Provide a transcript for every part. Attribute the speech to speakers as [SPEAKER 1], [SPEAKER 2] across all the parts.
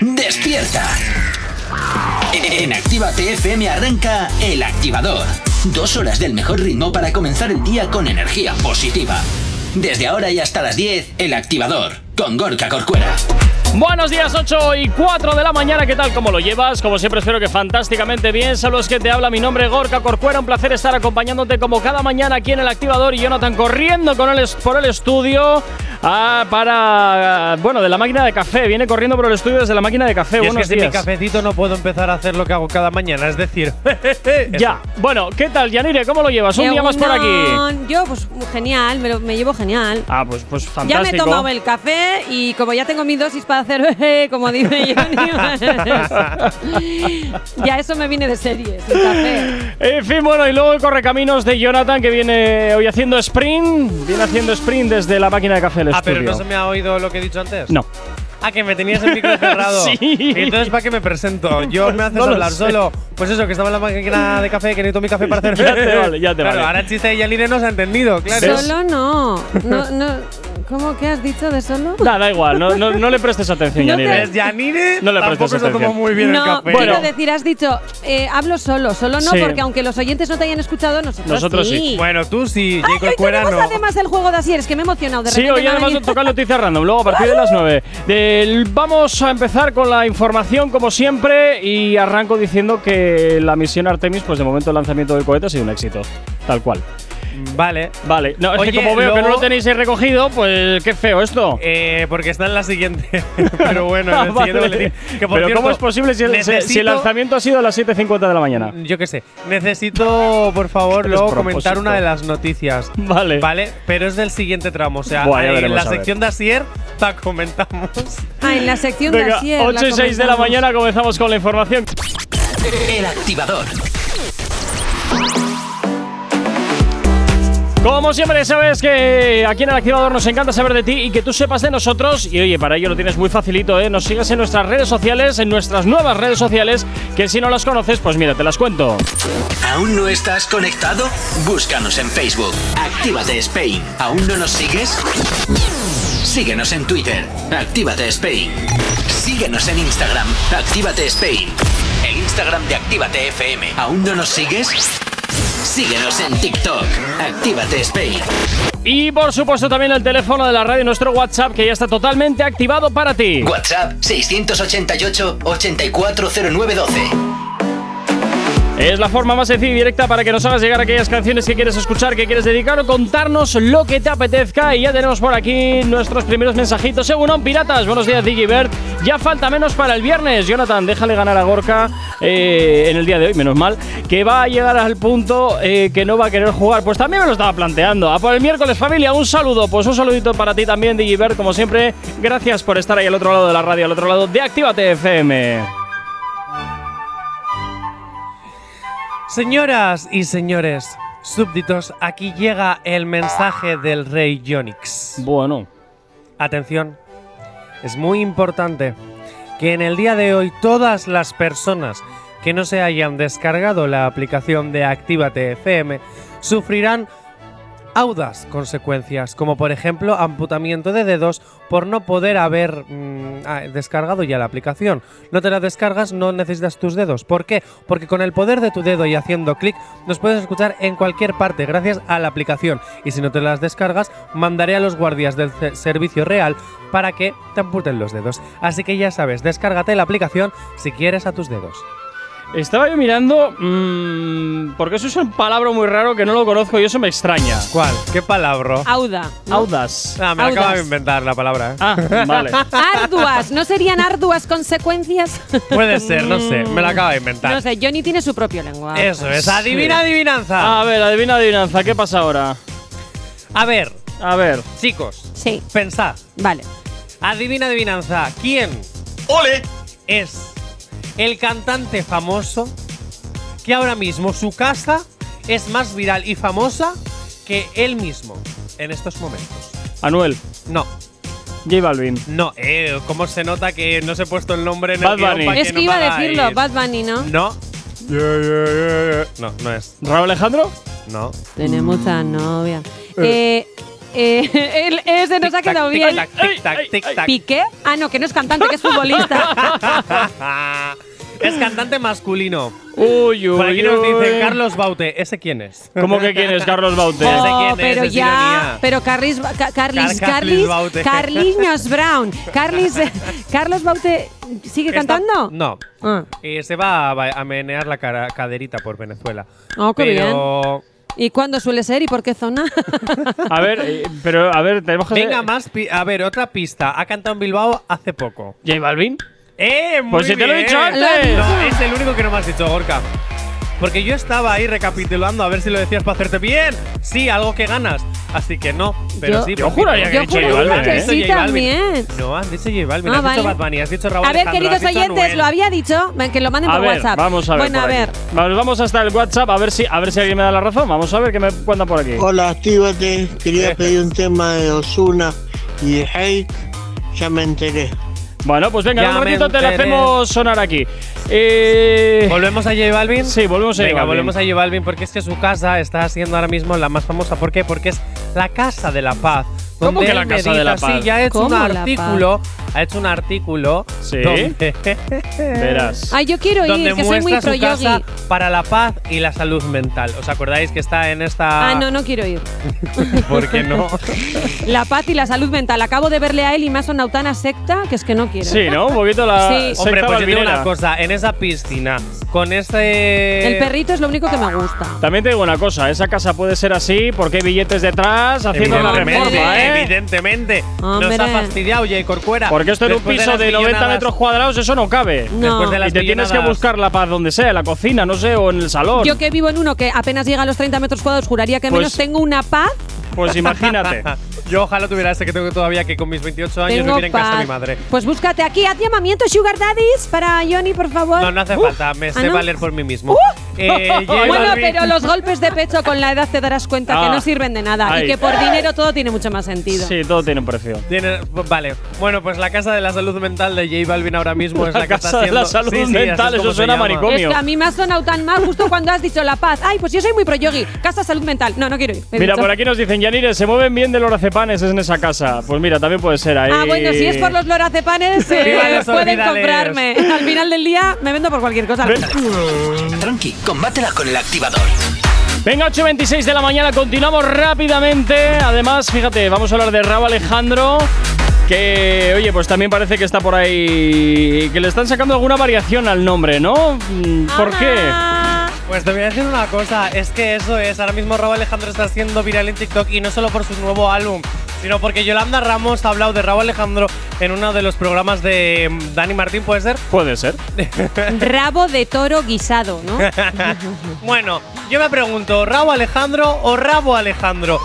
[SPEAKER 1] despierta. En Activa TFM arranca El Activador. Dos horas del mejor ritmo para comenzar el día con energía positiva. Desde ahora y hasta las 10, El Activador, con Gorka Corcuera.
[SPEAKER 2] Buenos días, 8 y 4 de la mañana. ¿Qué tal? ¿Cómo lo llevas? Como siempre, espero que fantásticamente bien. Saludos que te habla. Mi nombre es Gorka Corcuera. Un placer estar acompañándote como cada mañana aquí en el Activador. Y Jonathan corriendo con el por el estudio ah, para. Bueno, de la máquina de café. Viene corriendo por el estudio desde la máquina de café.
[SPEAKER 3] Y es que
[SPEAKER 2] Buenos
[SPEAKER 3] sin mi
[SPEAKER 2] días.
[SPEAKER 3] cafecito no puedo empezar a hacer lo que hago cada mañana, es decir,
[SPEAKER 2] Ya. Bueno, ¿qué tal, Yanire? ¿Cómo lo llevas? Un día más por aquí.
[SPEAKER 4] Egunon. Yo, pues genial, me, lo- me llevo genial.
[SPEAKER 2] Ah, pues, pues
[SPEAKER 4] Ya me he
[SPEAKER 2] fantástico.
[SPEAKER 4] tomado el café y como ya tengo mi dosis para hacer, jeje, como dice Johnny, ya eso me viene de series, el café.
[SPEAKER 2] En fin, bueno, y luego el correcaminos de Jonathan que viene hoy haciendo sprint. Viene haciendo sprint desde la máquina de café del
[SPEAKER 3] Ah,
[SPEAKER 2] estudio.
[SPEAKER 3] pero no se me ha oído lo que he dicho antes.
[SPEAKER 2] No.
[SPEAKER 3] Ah, que me tenías el micro cerrado.
[SPEAKER 2] Sí.
[SPEAKER 3] Entonces, ¿para qué me presento? Yo me haces
[SPEAKER 2] no lo
[SPEAKER 3] hablar
[SPEAKER 2] sé.
[SPEAKER 3] solo. Pues eso, que estaba en la máquina de café, que necesito mi café para hacer.
[SPEAKER 2] Ya te vale, ya te
[SPEAKER 3] claro,
[SPEAKER 2] vale.
[SPEAKER 3] Ahora el chiste de Yanire no se ha entendido, claro.
[SPEAKER 2] ¿Ves?
[SPEAKER 4] Solo no. no, no. ¿Cómo que has dicho de solo?
[SPEAKER 2] Da, da igual, no, no, no le prestes atención,
[SPEAKER 4] No
[SPEAKER 2] Yanire.
[SPEAKER 3] ¿Ves? Yanire
[SPEAKER 2] No le
[SPEAKER 3] tampoco
[SPEAKER 2] prestes
[SPEAKER 3] se tomó
[SPEAKER 2] atención.
[SPEAKER 3] muy bien el
[SPEAKER 4] No,
[SPEAKER 3] café.
[SPEAKER 4] quiero
[SPEAKER 2] Bueno.
[SPEAKER 4] decir, has dicho, eh, hablo solo, solo no,
[SPEAKER 2] Sí.
[SPEAKER 4] porque aunque los oyentes no te hayan escuchado, nosotros,
[SPEAKER 2] Nosotros sí.
[SPEAKER 3] Bueno, tú sí,
[SPEAKER 4] Ay,
[SPEAKER 3] Jacob
[SPEAKER 4] hoy
[SPEAKER 3] Cuera
[SPEAKER 4] tenemos
[SPEAKER 3] no.
[SPEAKER 4] además el juego de Asier, es que me he emocionado de
[SPEAKER 2] Sí,
[SPEAKER 4] repente
[SPEAKER 2] hoy
[SPEAKER 4] me ha
[SPEAKER 2] además de
[SPEAKER 4] venido-
[SPEAKER 2] tocar noticias random, luego a partir de las 9. Del- vamos a empezar con la información como siempre y arranco diciendo que la misión Artemis, pues de momento el lanzamiento del cohete ha sido un éxito, tal cual.
[SPEAKER 3] Vale.
[SPEAKER 2] Vale, no, es
[SPEAKER 3] Oye,
[SPEAKER 2] que como veo que no
[SPEAKER 3] luego-
[SPEAKER 2] lo tenéis ahí recogido, pues qué feo esto.
[SPEAKER 3] Eh, porque está en la siguiente. Pero bueno, en
[SPEAKER 2] Ah,
[SPEAKER 3] el
[SPEAKER 2] vale.
[SPEAKER 3] siguiente boletín. Que, por
[SPEAKER 2] Pero
[SPEAKER 3] cierto,
[SPEAKER 2] ¿cómo es posible si el, si- si
[SPEAKER 3] necesito-
[SPEAKER 2] el lanzamiento ha sido a las 7.50 de la mañana?
[SPEAKER 3] Yo qué sé. Necesito, por favor,
[SPEAKER 2] Qué
[SPEAKER 3] luego
[SPEAKER 2] despropósito.
[SPEAKER 3] comentar una de las noticias.
[SPEAKER 2] Vale.
[SPEAKER 3] Vale, pero es del siguiente tramo. O sea,
[SPEAKER 2] Buah, ya
[SPEAKER 3] ahí en
[SPEAKER 2] veremos,
[SPEAKER 3] la
[SPEAKER 2] a ver.
[SPEAKER 3] sección de Asier la comentamos.
[SPEAKER 4] Ah, en la sección de
[SPEAKER 2] Venga,
[SPEAKER 4] Asier.
[SPEAKER 2] 8 y 6 de la
[SPEAKER 4] comentamos.
[SPEAKER 2] mañana comenzamos con la información.
[SPEAKER 1] El Activador.
[SPEAKER 2] Como siempre, sabes que aquí en el activador nos encanta saber de ti y que tú sepas de nosotros. Y oye, para ello lo tienes muy facilito, ¿eh? Nos sigues en nuestras redes sociales, en nuestras nuevas redes sociales, que si no las conoces, pues mira, te las cuento.
[SPEAKER 1] ¿Aún no estás conectado? Búscanos en Facebook. Actívate Spain. ¿Aún no nos sigues? Síguenos en Twitter. Actívate Spain. Síguenos en Instagram. Actívate Spain. El Instagram de Actívate FM. ¿Aún no nos sigues? Síguenos en TikTok. Actívate Spain.
[SPEAKER 2] Y por supuesto también el teléfono de la radio, nuestro WhatsApp, que ya está totalmente activado para ti.
[SPEAKER 1] WhatsApp 688 840912.
[SPEAKER 2] Es la forma más sencilla y directa para que nos hagas llegar aquellas canciones que quieres escuchar, que quieres dedicar o contarnos lo que te apetezca. Y ya tenemos por aquí nuestros primeros mensajitos. Según Piratas, buenos días Digibert. Ya falta menos para el viernes. Jonathan, déjale ganar a Gorka eh, en el día de hoy, menos mal, que va a llegar al punto eh, que no va a querer jugar. Pues también me lo estaba planteando. A por el miércoles, familia, un saludo. Pues un saludito para ti también, Digibert, como siempre. Gracias por estar ahí al otro lado de la radio, al otro lado de Actívate FM.
[SPEAKER 3] Señoras y señores, súbditos, aquí llega el mensaje del rey Yonix.
[SPEAKER 2] Bueno,
[SPEAKER 3] Atención, es muy importante que en el día de hoy todas las personas que no se hayan descargado la aplicación de Actívate FM sufrirán audas consecuencias, como por ejemplo amputamiento de dedos por no poder haber mm, ah, descargado ya la aplicación. No te la descargas, no necesitas tus dedos. ¿Por qué? Porque con el poder de tu dedo y haciendo clic nos puedes escuchar en cualquier parte gracias a la aplicación. Y si no te las descargas, mandaré a los guardias del ce- servicio real para que te amputen los dedos. Así que ya sabes, descárgate la aplicación si quieres a tus dedos.
[SPEAKER 2] Estaba yo mirando, mm, porque eso es un palabra muy raro que no lo conozco y eso me extraña.
[SPEAKER 3] ¿Cuál? ¿Qué palabra?
[SPEAKER 4] Auda. ¿no?
[SPEAKER 2] Audas.
[SPEAKER 3] Ah, me
[SPEAKER 4] Audas.
[SPEAKER 3] acabo de inventar la palabra. ¿eh?
[SPEAKER 2] Ah, vale.
[SPEAKER 4] Arduas, ¿no serían arduas consecuencias?
[SPEAKER 3] Puede ser, no sé. Me la acabo de inventar.
[SPEAKER 4] no sé, Johnny tiene su propio lenguaje.
[SPEAKER 3] Eso es, adivina adivinanza.
[SPEAKER 4] Ah.
[SPEAKER 2] A ver, adivina adivinanza, ¿qué pasa ahora?
[SPEAKER 3] A ver,
[SPEAKER 2] A ver.
[SPEAKER 3] chicos,
[SPEAKER 4] Sí,
[SPEAKER 3] pensad.
[SPEAKER 4] vale.
[SPEAKER 3] Adivina adivinanza. ¿Quién
[SPEAKER 1] ¡Ole!
[SPEAKER 3] es el cantante famoso que ahora mismo su casa es más viral y famosa que él mismo en estos momentos?
[SPEAKER 2] Anuel,
[SPEAKER 3] No,
[SPEAKER 2] J Balvin.
[SPEAKER 3] no, eh, ¿cómo se nota que no se ha puesto el nombre en
[SPEAKER 2] Bad
[SPEAKER 3] el guión
[SPEAKER 2] Bunny.
[SPEAKER 3] para
[SPEAKER 4] Es
[SPEAKER 3] no
[SPEAKER 4] que iba
[SPEAKER 3] me
[SPEAKER 4] a
[SPEAKER 3] hagáis?
[SPEAKER 4] decirlo, Bad Bunny, ¿no?
[SPEAKER 3] No. Yeah, yeah, yeah, yeah. No, no es.
[SPEAKER 2] ¿Raúl Alejandro?
[SPEAKER 3] No.
[SPEAKER 4] Tenemos a novia. Eh, Eh, él- ese nos ha quedado bien.
[SPEAKER 3] Tic-tac, tic-tac,
[SPEAKER 2] Ay, ay,
[SPEAKER 3] tic-tac.
[SPEAKER 4] ¿Piqué? Ah, no, que no es cantante, que es futbolista.
[SPEAKER 3] es cantante masculino.
[SPEAKER 2] Uy, uy.
[SPEAKER 3] Por aquí nos
[SPEAKER 2] uy.
[SPEAKER 3] dicen Carlos Baute. ¿Ese quién es?
[SPEAKER 2] ¿Cómo que quién es Carlos Baute?
[SPEAKER 3] Joder. sé
[SPEAKER 4] Oh,
[SPEAKER 3] quién es,
[SPEAKER 4] pero
[SPEAKER 3] es
[SPEAKER 4] ya,
[SPEAKER 3] ironía.
[SPEAKER 4] pero Carlis, Ca- Ca-
[SPEAKER 3] Car- Carlis
[SPEAKER 4] Carlis, Carlis,
[SPEAKER 3] Baute.
[SPEAKER 4] Carliños Brown, Carlis, Carlos Baute, ¿sigue
[SPEAKER 3] Está-
[SPEAKER 4] cantando?
[SPEAKER 3] No.
[SPEAKER 4] Ah.
[SPEAKER 3] Eh, se va a, ba- a menear la cara- caderita por Venezuela.
[SPEAKER 4] Oh, qué
[SPEAKER 3] Pero-
[SPEAKER 4] ¿Y cuándo suele ser y por qué zona?
[SPEAKER 2] A ver, eh, pero a ver, tenemos que
[SPEAKER 3] Venga,
[SPEAKER 4] Pues, eh,
[SPEAKER 2] hacer-
[SPEAKER 3] más. pi- A ver, otra pista. Ha cantado en Bilbao hace poco.
[SPEAKER 2] J Balvin.
[SPEAKER 3] ¡Eh! Muy
[SPEAKER 2] Pues si te lo he
[SPEAKER 3] bien.
[SPEAKER 2] dicho antes.
[SPEAKER 3] No, es el único que no me has dicho, Gorka. Porque yo estaba ahí recapitulando a ver si lo decías para hacerte bien. Sí, algo que ganas. Así que no. Pero
[SPEAKER 4] Yo-
[SPEAKER 3] sí,
[SPEAKER 2] Yo
[SPEAKER 3] por fin.
[SPEAKER 2] juraría que
[SPEAKER 4] Yo
[SPEAKER 2] he dicho J
[SPEAKER 4] juro
[SPEAKER 2] Balvin,
[SPEAKER 4] que
[SPEAKER 2] ¿eh?
[SPEAKER 4] sí
[SPEAKER 3] J Balvin.
[SPEAKER 4] también.
[SPEAKER 3] No, has dicho J Balvin,
[SPEAKER 4] Ah,
[SPEAKER 3] has dicho
[SPEAKER 4] vale.
[SPEAKER 3] Bad Bunny, has dicho Raúl
[SPEAKER 4] A ver,
[SPEAKER 3] Alejandro,
[SPEAKER 4] queridos
[SPEAKER 3] has dicho
[SPEAKER 4] oyentes,
[SPEAKER 3] Anuel.
[SPEAKER 4] lo había dicho, ven, que lo manden
[SPEAKER 2] A
[SPEAKER 4] por
[SPEAKER 2] ver,
[SPEAKER 4] WhatsApp.
[SPEAKER 2] vamos a ver.
[SPEAKER 4] Bueno,
[SPEAKER 2] por
[SPEAKER 4] a
[SPEAKER 2] aquí.
[SPEAKER 4] ver.
[SPEAKER 2] Vamos, vamos hasta el WhatsApp a ver si a ver si alguien me da la razón. Vamos a ver qué me cuentan por aquí.
[SPEAKER 5] Hola, actívate. Quería pedir un tema de Osuna y de Hate. Ya me enteré.
[SPEAKER 2] Bueno, pues venga,
[SPEAKER 3] Ya
[SPEAKER 2] en un
[SPEAKER 3] me
[SPEAKER 2] ratito te la
[SPEAKER 3] enteré.
[SPEAKER 2] hacemos sonar aquí. Eh,
[SPEAKER 3] ¿Volvemos a J Balvin?
[SPEAKER 2] Sí, volvemos a J
[SPEAKER 3] Venga,
[SPEAKER 2] Balvin.
[SPEAKER 3] volvemos a J Balvin porque es que su casa está siendo ahora mismo la más famosa. ¿Por qué? Porque es la Casa de la Paz.
[SPEAKER 2] ¿Cómo
[SPEAKER 3] donde
[SPEAKER 2] que la
[SPEAKER 3] él
[SPEAKER 2] Casa de la
[SPEAKER 3] medita.
[SPEAKER 2] Paz?
[SPEAKER 3] Sí, ya ha hecho un
[SPEAKER 4] ¿Cómo la
[SPEAKER 3] artículo. Ha hecho un artículo.
[SPEAKER 2] Sí.
[SPEAKER 3] Donde,
[SPEAKER 2] verás.
[SPEAKER 4] Ay, yo quiero
[SPEAKER 3] donde
[SPEAKER 4] ir, que soy muy
[SPEAKER 3] muestra
[SPEAKER 4] pro
[SPEAKER 3] su casa
[SPEAKER 4] yogi.
[SPEAKER 3] para la paz y la salud mental. ¿Os acordáis que está en esta.?
[SPEAKER 4] Ah, no, no quiero ir.
[SPEAKER 3] ¿Por qué no?
[SPEAKER 4] La paz y la salud mental. Acabo de verle a él y me ha sonado tan a secta que es que no quiero.
[SPEAKER 2] Sí, ¿no? Un poquito la
[SPEAKER 4] Sí.
[SPEAKER 2] secta
[SPEAKER 3] Hombre, pues yo digo
[SPEAKER 2] balvinera.
[SPEAKER 3] una cosa. En esa piscina, con este.
[SPEAKER 4] El perrito es lo único que me gusta.
[SPEAKER 2] También te digo una cosa, esa casa puede ser así porque hay billetes detrás haciendo la
[SPEAKER 4] Evidentemente,
[SPEAKER 2] reforma, ¿eh?
[SPEAKER 3] evidentemente.
[SPEAKER 4] Hombre.
[SPEAKER 3] Nos ha fastidiado J. Corcuera.
[SPEAKER 2] Porque esto en un
[SPEAKER 3] Después
[SPEAKER 2] piso
[SPEAKER 3] las
[SPEAKER 2] de 90
[SPEAKER 3] millonadas-
[SPEAKER 2] metros cuadrados eso no cabe.
[SPEAKER 4] No.
[SPEAKER 3] Después de las
[SPEAKER 2] Y te tienes que
[SPEAKER 3] millonadas-
[SPEAKER 2] buscar la paz donde sea, en la cocina, no sé, o en el salón.
[SPEAKER 4] Yo que vivo en uno que apenas llega a los 30 metros cuadrados, juraría que
[SPEAKER 2] Pues-
[SPEAKER 4] menos tengo una paz.
[SPEAKER 2] Pues imagínate.
[SPEAKER 3] Ah, Yo ojalá tuviera este que tengo todavía, que con mis 28 años
[SPEAKER 4] Tengo
[SPEAKER 3] viviera en casa
[SPEAKER 4] paz.
[SPEAKER 3] de mi madre.
[SPEAKER 4] Pues búscate aquí, haz llamamiento Sugar Daddies para Johnny, por favor.
[SPEAKER 3] No, no hace
[SPEAKER 4] Uh,
[SPEAKER 3] falta, me sé
[SPEAKER 4] ¿no? Uh.
[SPEAKER 3] valer por mí mismo. Eh, J
[SPEAKER 4] Bueno,
[SPEAKER 3] Balvin-
[SPEAKER 4] pero los golpes de pecho con la edad te darás cuenta
[SPEAKER 2] Ah.
[SPEAKER 4] que no sirven de nada
[SPEAKER 2] Ay.
[SPEAKER 4] y que por dinero todo tiene mucho más sentido.
[SPEAKER 2] Sí, todo tiene un precio.
[SPEAKER 3] Tiene- vale, bueno, pues la casa de la salud mental de J Balvin ahora mismo es
[SPEAKER 2] La
[SPEAKER 3] la que está
[SPEAKER 2] casa de la
[SPEAKER 3] haciendo-
[SPEAKER 2] salud mental,
[SPEAKER 3] así es
[SPEAKER 2] eso
[SPEAKER 3] como se
[SPEAKER 2] suena
[SPEAKER 3] llama.
[SPEAKER 2] maricón.
[SPEAKER 4] Es que a mí me ha sonado tan mal justo cuando has dicho la paz. Ay, pues yo soy muy pro yogi. Casa salud mental. No, no quiero ir. He
[SPEAKER 2] Mira,
[SPEAKER 4] dicho.
[SPEAKER 2] por aquí nos dicen, Yanire, se mueven bien de loracepanes en esa casa. Pues mira, también puede ser ahí.
[SPEAKER 4] Ah, bueno, si es por los lorazepanes, eh,
[SPEAKER 3] Viva los
[SPEAKER 4] pueden
[SPEAKER 3] olvidales.
[SPEAKER 4] comprarme. Al final del día me vendo por cualquier cosa.
[SPEAKER 2] Ven.
[SPEAKER 1] Tranqui, combátela con el activador.
[SPEAKER 2] Venga, 8.26 de la mañana, continuamos rápidamente. Además, fíjate, vamos a hablar de Rabo Alejandro. Que, oye, pues también parece que está por ahí. Que le están sacando alguna variación al nombre, ¿no? Mm, ¿Por qué?
[SPEAKER 4] Ah,
[SPEAKER 3] Pues te voy a decir una cosa, es que eso es, ahora mismo Raúl Alejandro está siendo viral en TikTok y no solo por su nuevo álbum, sino porque Yolanda Ramos ha hablado de Raúl Alejandro en uno de los programas de mm, Dani Martín, ¿puede ser?
[SPEAKER 2] Puede ser.
[SPEAKER 4] Rabo de toro guisado, ¿no? Pues
[SPEAKER 3] Bueno, yo me pregunto, ¿Rabo Alejandro o Rabo Alejandro?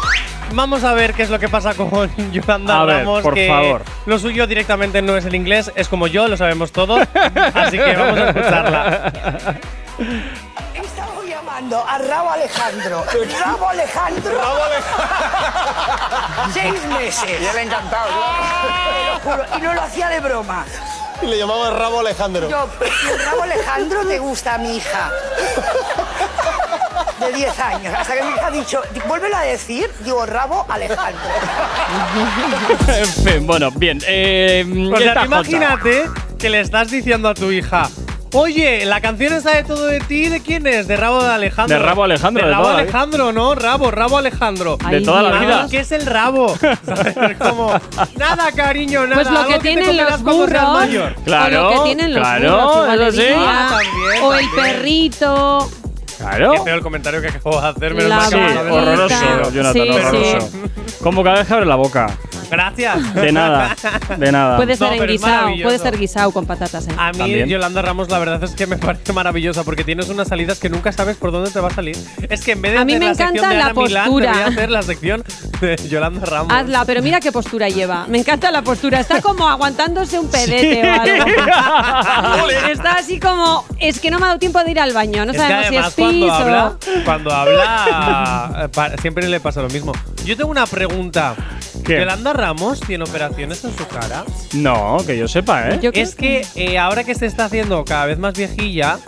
[SPEAKER 3] Vamos a ver qué es lo que pasa con Yolanda
[SPEAKER 2] A ver,
[SPEAKER 3] Ramos.
[SPEAKER 2] por
[SPEAKER 3] que
[SPEAKER 2] favor.
[SPEAKER 3] Lo suyo directamente no es el inglés, es como yo, lo sabemos todos. así que vamos a escucharla.
[SPEAKER 6] Estamos llamando a Rabo Alejandro. Rabo Alejandro. Seis meses. Ya le ha encantado. Te lo juro. Y no lo hacía de broma.
[SPEAKER 7] Y le llamaba Rabo Alejandro.
[SPEAKER 6] Yo, el Rabo Alejandro te gusta a mi hija. De 10 años. Hasta que mi hija ha dicho, vuélvelo a decir, digo Rabo Alejandro.
[SPEAKER 2] en fin, bueno, bien. Eh,
[SPEAKER 3] O sea,
[SPEAKER 2] esta
[SPEAKER 3] tú Pues imagínate que le estás diciendo a tu hija. Oye, la canción esa de todo de ti, ¿de quién es? De Rabo Alejandro.
[SPEAKER 2] De Rabo Alejandro,
[SPEAKER 3] De
[SPEAKER 2] de
[SPEAKER 3] Rabo
[SPEAKER 2] toda la vida.
[SPEAKER 3] Alejandro, ¿no? Rabo, Rabo Alejandro.
[SPEAKER 2] jota, de toda la
[SPEAKER 3] Mamá,
[SPEAKER 2] vida.
[SPEAKER 3] ¿Qué es el rabo? ¿Sabes? Como, nada, cariño, nada.
[SPEAKER 4] Pues lo
[SPEAKER 3] algo
[SPEAKER 4] que
[SPEAKER 3] te
[SPEAKER 4] tienen
[SPEAKER 3] comerás
[SPEAKER 4] los
[SPEAKER 3] cuando seas
[SPEAKER 4] burros.
[SPEAKER 3] mayor.
[SPEAKER 2] Claro,
[SPEAKER 4] o lo que tienen los
[SPEAKER 2] claro,
[SPEAKER 4] burros, igual
[SPEAKER 2] eso
[SPEAKER 4] le
[SPEAKER 2] sí.
[SPEAKER 4] diría.
[SPEAKER 3] Ah, también,
[SPEAKER 4] o el
[SPEAKER 3] también.
[SPEAKER 4] perrito.
[SPEAKER 2] Claro.
[SPEAKER 3] Qué feo el comentario que acabo de hacer, menos
[SPEAKER 4] La
[SPEAKER 3] mal
[SPEAKER 2] Sí,
[SPEAKER 3] que me lo
[SPEAKER 4] boquita.
[SPEAKER 3] acabas de hacer.
[SPEAKER 2] horroroso, Jonathan,
[SPEAKER 4] Sí,
[SPEAKER 2] horroroso. Como cada vez que abre la boca.
[SPEAKER 3] Gracias.
[SPEAKER 2] De nada, de nada.
[SPEAKER 4] Puede ser
[SPEAKER 3] No,
[SPEAKER 4] en
[SPEAKER 3] pero es
[SPEAKER 4] guisado,
[SPEAKER 3] Ah, maravilloso. Ah,
[SPEAKER 4] puede ser guisado con patatas. ¿eh?
[SPEAKER 3] A mí,
[SPEAKER 2] También.
[SPEAKER 3] Yolanda Ramos, la verdad es que me parece maravillosa porque tienes unas salidas que nunca sabes por dónde te va a salir. Es que en vez de
[SPEAKER 4] A mí
[SPEAKER 3] hacer
[SPEAKER 4] me
[SPEAKER 3] la sección
[SPEAKER 4] encanta
[SPEAKER 3] de
[SPEAKER 4] la
[SPEAKER 3] Ana Milán,
[SPEAKER 4] postura.
[SPEAKER 3] debería hacer la sección de Yolanda Ramos.
[SPEAKER 4] Hazla, pero mira qué postura lleva. Me encanta la postura. Está como aguantándose un pedete o algo. Está así como, es que no me ha dado tiempo de ir al baño. No
[SPEAKER 3] Es que
[SPEAKER 4] sabemos si es
[SPEAKER 3] además
[SPEAKER 4] pis
[SPEAKER 3] cuando habla,
[SPEAKER 4] o.
[SPEAKER 3] cuando habla eh, pa- siempre le pasa lo mismo. Yo tengo una pregunta.
[SPEAKER 2] ¿Qué?
[SPEAKER 3] ¿Yolanda Ramos tiene operaciones en su cara?
[SPEAKER 2] No, que yo sepa, ¿eh?
[SPEAKER 4] Yo creo
[SPEAKER 3] Es que eh, ahora que se está haciendo cada vez más viejilla,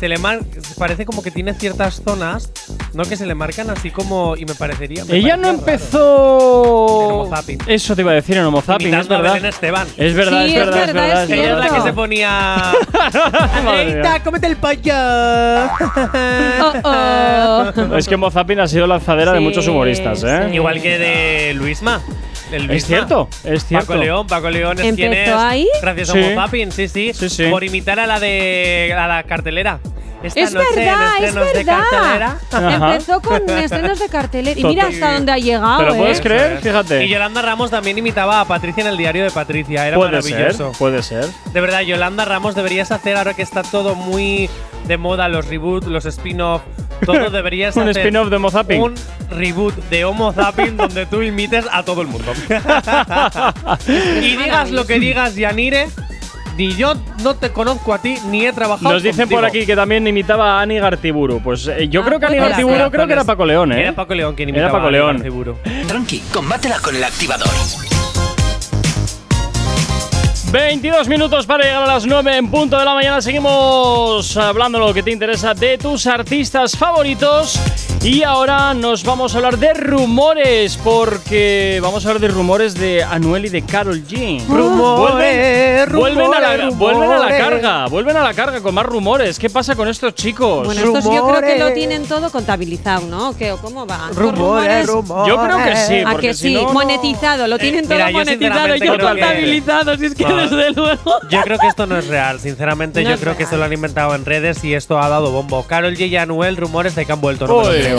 [SPEAKER 3] se le mar- parece como que tiene ciertas zonas No que se le marcan así como. Y me parecería. me
[SPEAKER 2] Ella no
[SPEAKER 3] parecía raro. En
[SPEAKER 2] empezó.
[SPEAKER 3] Homo Zapping.
[SPEAKER 2] Eso te iba a decir en Homo Zapping,
[SPEAKER 3] Imitando
[SPEAKER 2] es
[SPEAKER 3] a
[SPEAKER 2] verdad.
[SPEAKER 3] Belén Esteban.
[SPEAKER 2] Es verdad,
[SPEAKER 4] Sí,
[SPEAKER 2] es verdad, es verdad. es
[SPEAKER 3] Ella es la
[SPEAKER 2] verdad.
[SPEAKER 3] que se ponía.
[SPEAKER 2] Madre mía.
[SPEAKER 3] ¡Andreita, cómete el
[SPEAKER 4] Oh,
[SPEAKER 3] pollo!
[SPEAKER 4] oh.
[SPEAKER 2] Es que Homo Zapping ha sido lanzadera de
[SPEAKER 4] Sí,
[SPEAKER 2] muchos humoristas, ¿eh?
[SPEAKER 4] sí.
[SPEAKER 3] Igual que de Luisma. El
[SPEAKER 2] Es
[SPEAKER 3] Luisma.
[SPEAKER 2] cierto, es cierto.
[SPEAKER 3] Paco León, Paco León es
[SPEAKER 4] ¿Empezó
[SPEAKER 3] quien es.
[SPEAKER 4] ahí?
[SPEAKER 3] Gracias
[SPEAKER 2] Sí.
[SPEAKER 3] a Homo Zapping, sí, sí,
[SPEAKER 2] Sí, sí.
[SPEAKER 3] Por imitar a la de a la cartelera. Esta
[SPEAKER 4] Es
[SPEAKER 3] noche en
[SPEAKER 4] verdad, es
[SPEAKER 3] estrenos de
[SPEAKER 4] verdad.
[SPEAKER 3] cartelera.
[SPEAKER 2] Ajá.
[SPEAKER 4] Empezó con estrenos de cartelera. Y mira
[SPEAKER 2] Total.
[SPEAKER 4] hasta dónde ha llegado.
[SPEAKER 2] ¿Te lo
[SPEAKER 4] ¿eh?
[SPEAKER 2] puedes creer?
[SPEAKER 3] Eso es.
[SPEAKER 2] Fíjate.
[SPEAKER 3] Y Yolanda Ramos también imitaba a Patricia en el diario de Patricia. Era
[SPEAKER 2] puede ser,
[SPEAKER 3] maravilloso.
[SPEAKER 2] puede ser.
[SPEAKER 3] De verdad, Yolanda Ramos, deberías hacer ahora que está todo muy de moda, los reboot, los spin-off, todo deberías
[SPEAKER 2] Un
[SPEAKER 3] hacer.
[SPEAKER 2] spin-off de Homo Zapping.
[SPEAKER 3] Un reboot de Homo Zapping donde tú imites a todo el mundo. y digas lo que digas, Yanire, ni yo no te conozco a ti ni he trabajado
[SPEAKER 2] Nos dicen por
[SPEAKER 3] contigo.
[SPEAKER 2] aquí que también imitaba a Ani Gartiburu. Pues eh, yo
[SPEAKER 4] Ah,
[SPEAKER 2] creo que Ani
[SPEAKER 4] puede
[SPEAKER 2] Gartiburu
[SPEAKER 4] ser.
[SPEAKER 2] creo que era Paco León, ¿eh?
[SPEAKER 3] Era Paco León quien
[SPEAKER 2] Era
[SPEAKER 3] imitaba
[SPEAKER 2] Paco
[SPEAKER 3] a
[SPEAKER 2] León.
[SPEAKER 3] Aníbal Tiburu.
[SPEAKER 1] Tranqui, combátela con el activador.
[SPEAKER 2] 22 minutos para llegar a las 9 en punto de la mañana. Seguimos hablando lo que te interesa de tus artistas favoritos. Y ahora nos vamos a hablar de rumores, porque vamos a hablar de rumores de Anuel y de Carol G.
[SPEAKER 3] Rumores,
[SPEAKER 2] Vuelven a, la,
[SPEAKER 3] rumores,
[SPEAKER 2] vuelven a la
[SPEAKER 3] rumores.
[SPEAKER 2] carga, vuelven a la carga con más rumores. ¿Qué pasa con estos chicos?
[SPEAKER 4] Bueno, estos yo creo que lo
[SPEAKER 3] Rumores.
[SPEAKER 4] tienen todo contabilizado, ¿no? ¿O qué? ¿O ¿Cómo va? Estos
[SPEAKER 3] Rumores,
[SPEAKER 4] rumores-
[SPEAKER 3] rumores.
[SPEAKER 2] Yo creo que sí,
[SPEAKER 4] ¿A
[SPEAKER 2] porque
[SPEAKER 4] que
[SPEAKER 2] si
[SPEAKER 4] sí?
[SPEAKER 2] no, no-
[SPEAKER 4] monetizado, lo tienen
[SPEAKER 3] Eh, mira,
[SPEAKER 4] todo
[SPEAKER 3] yo
[SPEAKER 4] monetizado y
[SPEAKER 3] sinceramente
[SPEAKER 4] todo
[SPEAKER 3] creo que-
[SPEAKER 4] contabilizado, si es que
[SPEAKER 3] Ah.
[SPEAKER 4] desde luego.
[SPEAKER 3] Yo creo que esto no es real, sinceramente.
[SPEAKER 4] No
[SPEAKER 3] yo
[SPEAKER 4] es
[SPEAKER 3] creo que
[SPEAKER 4] real.
[SPEAKER 3] esto lo han inventado en redes y esto ha dado bombo. Carol G y Anuel, rumores de que han vuelto. No me lo
[SPEAKER 2] Uy.
[SPEAKER 3] creo.
[SPEAKER 4] Eh,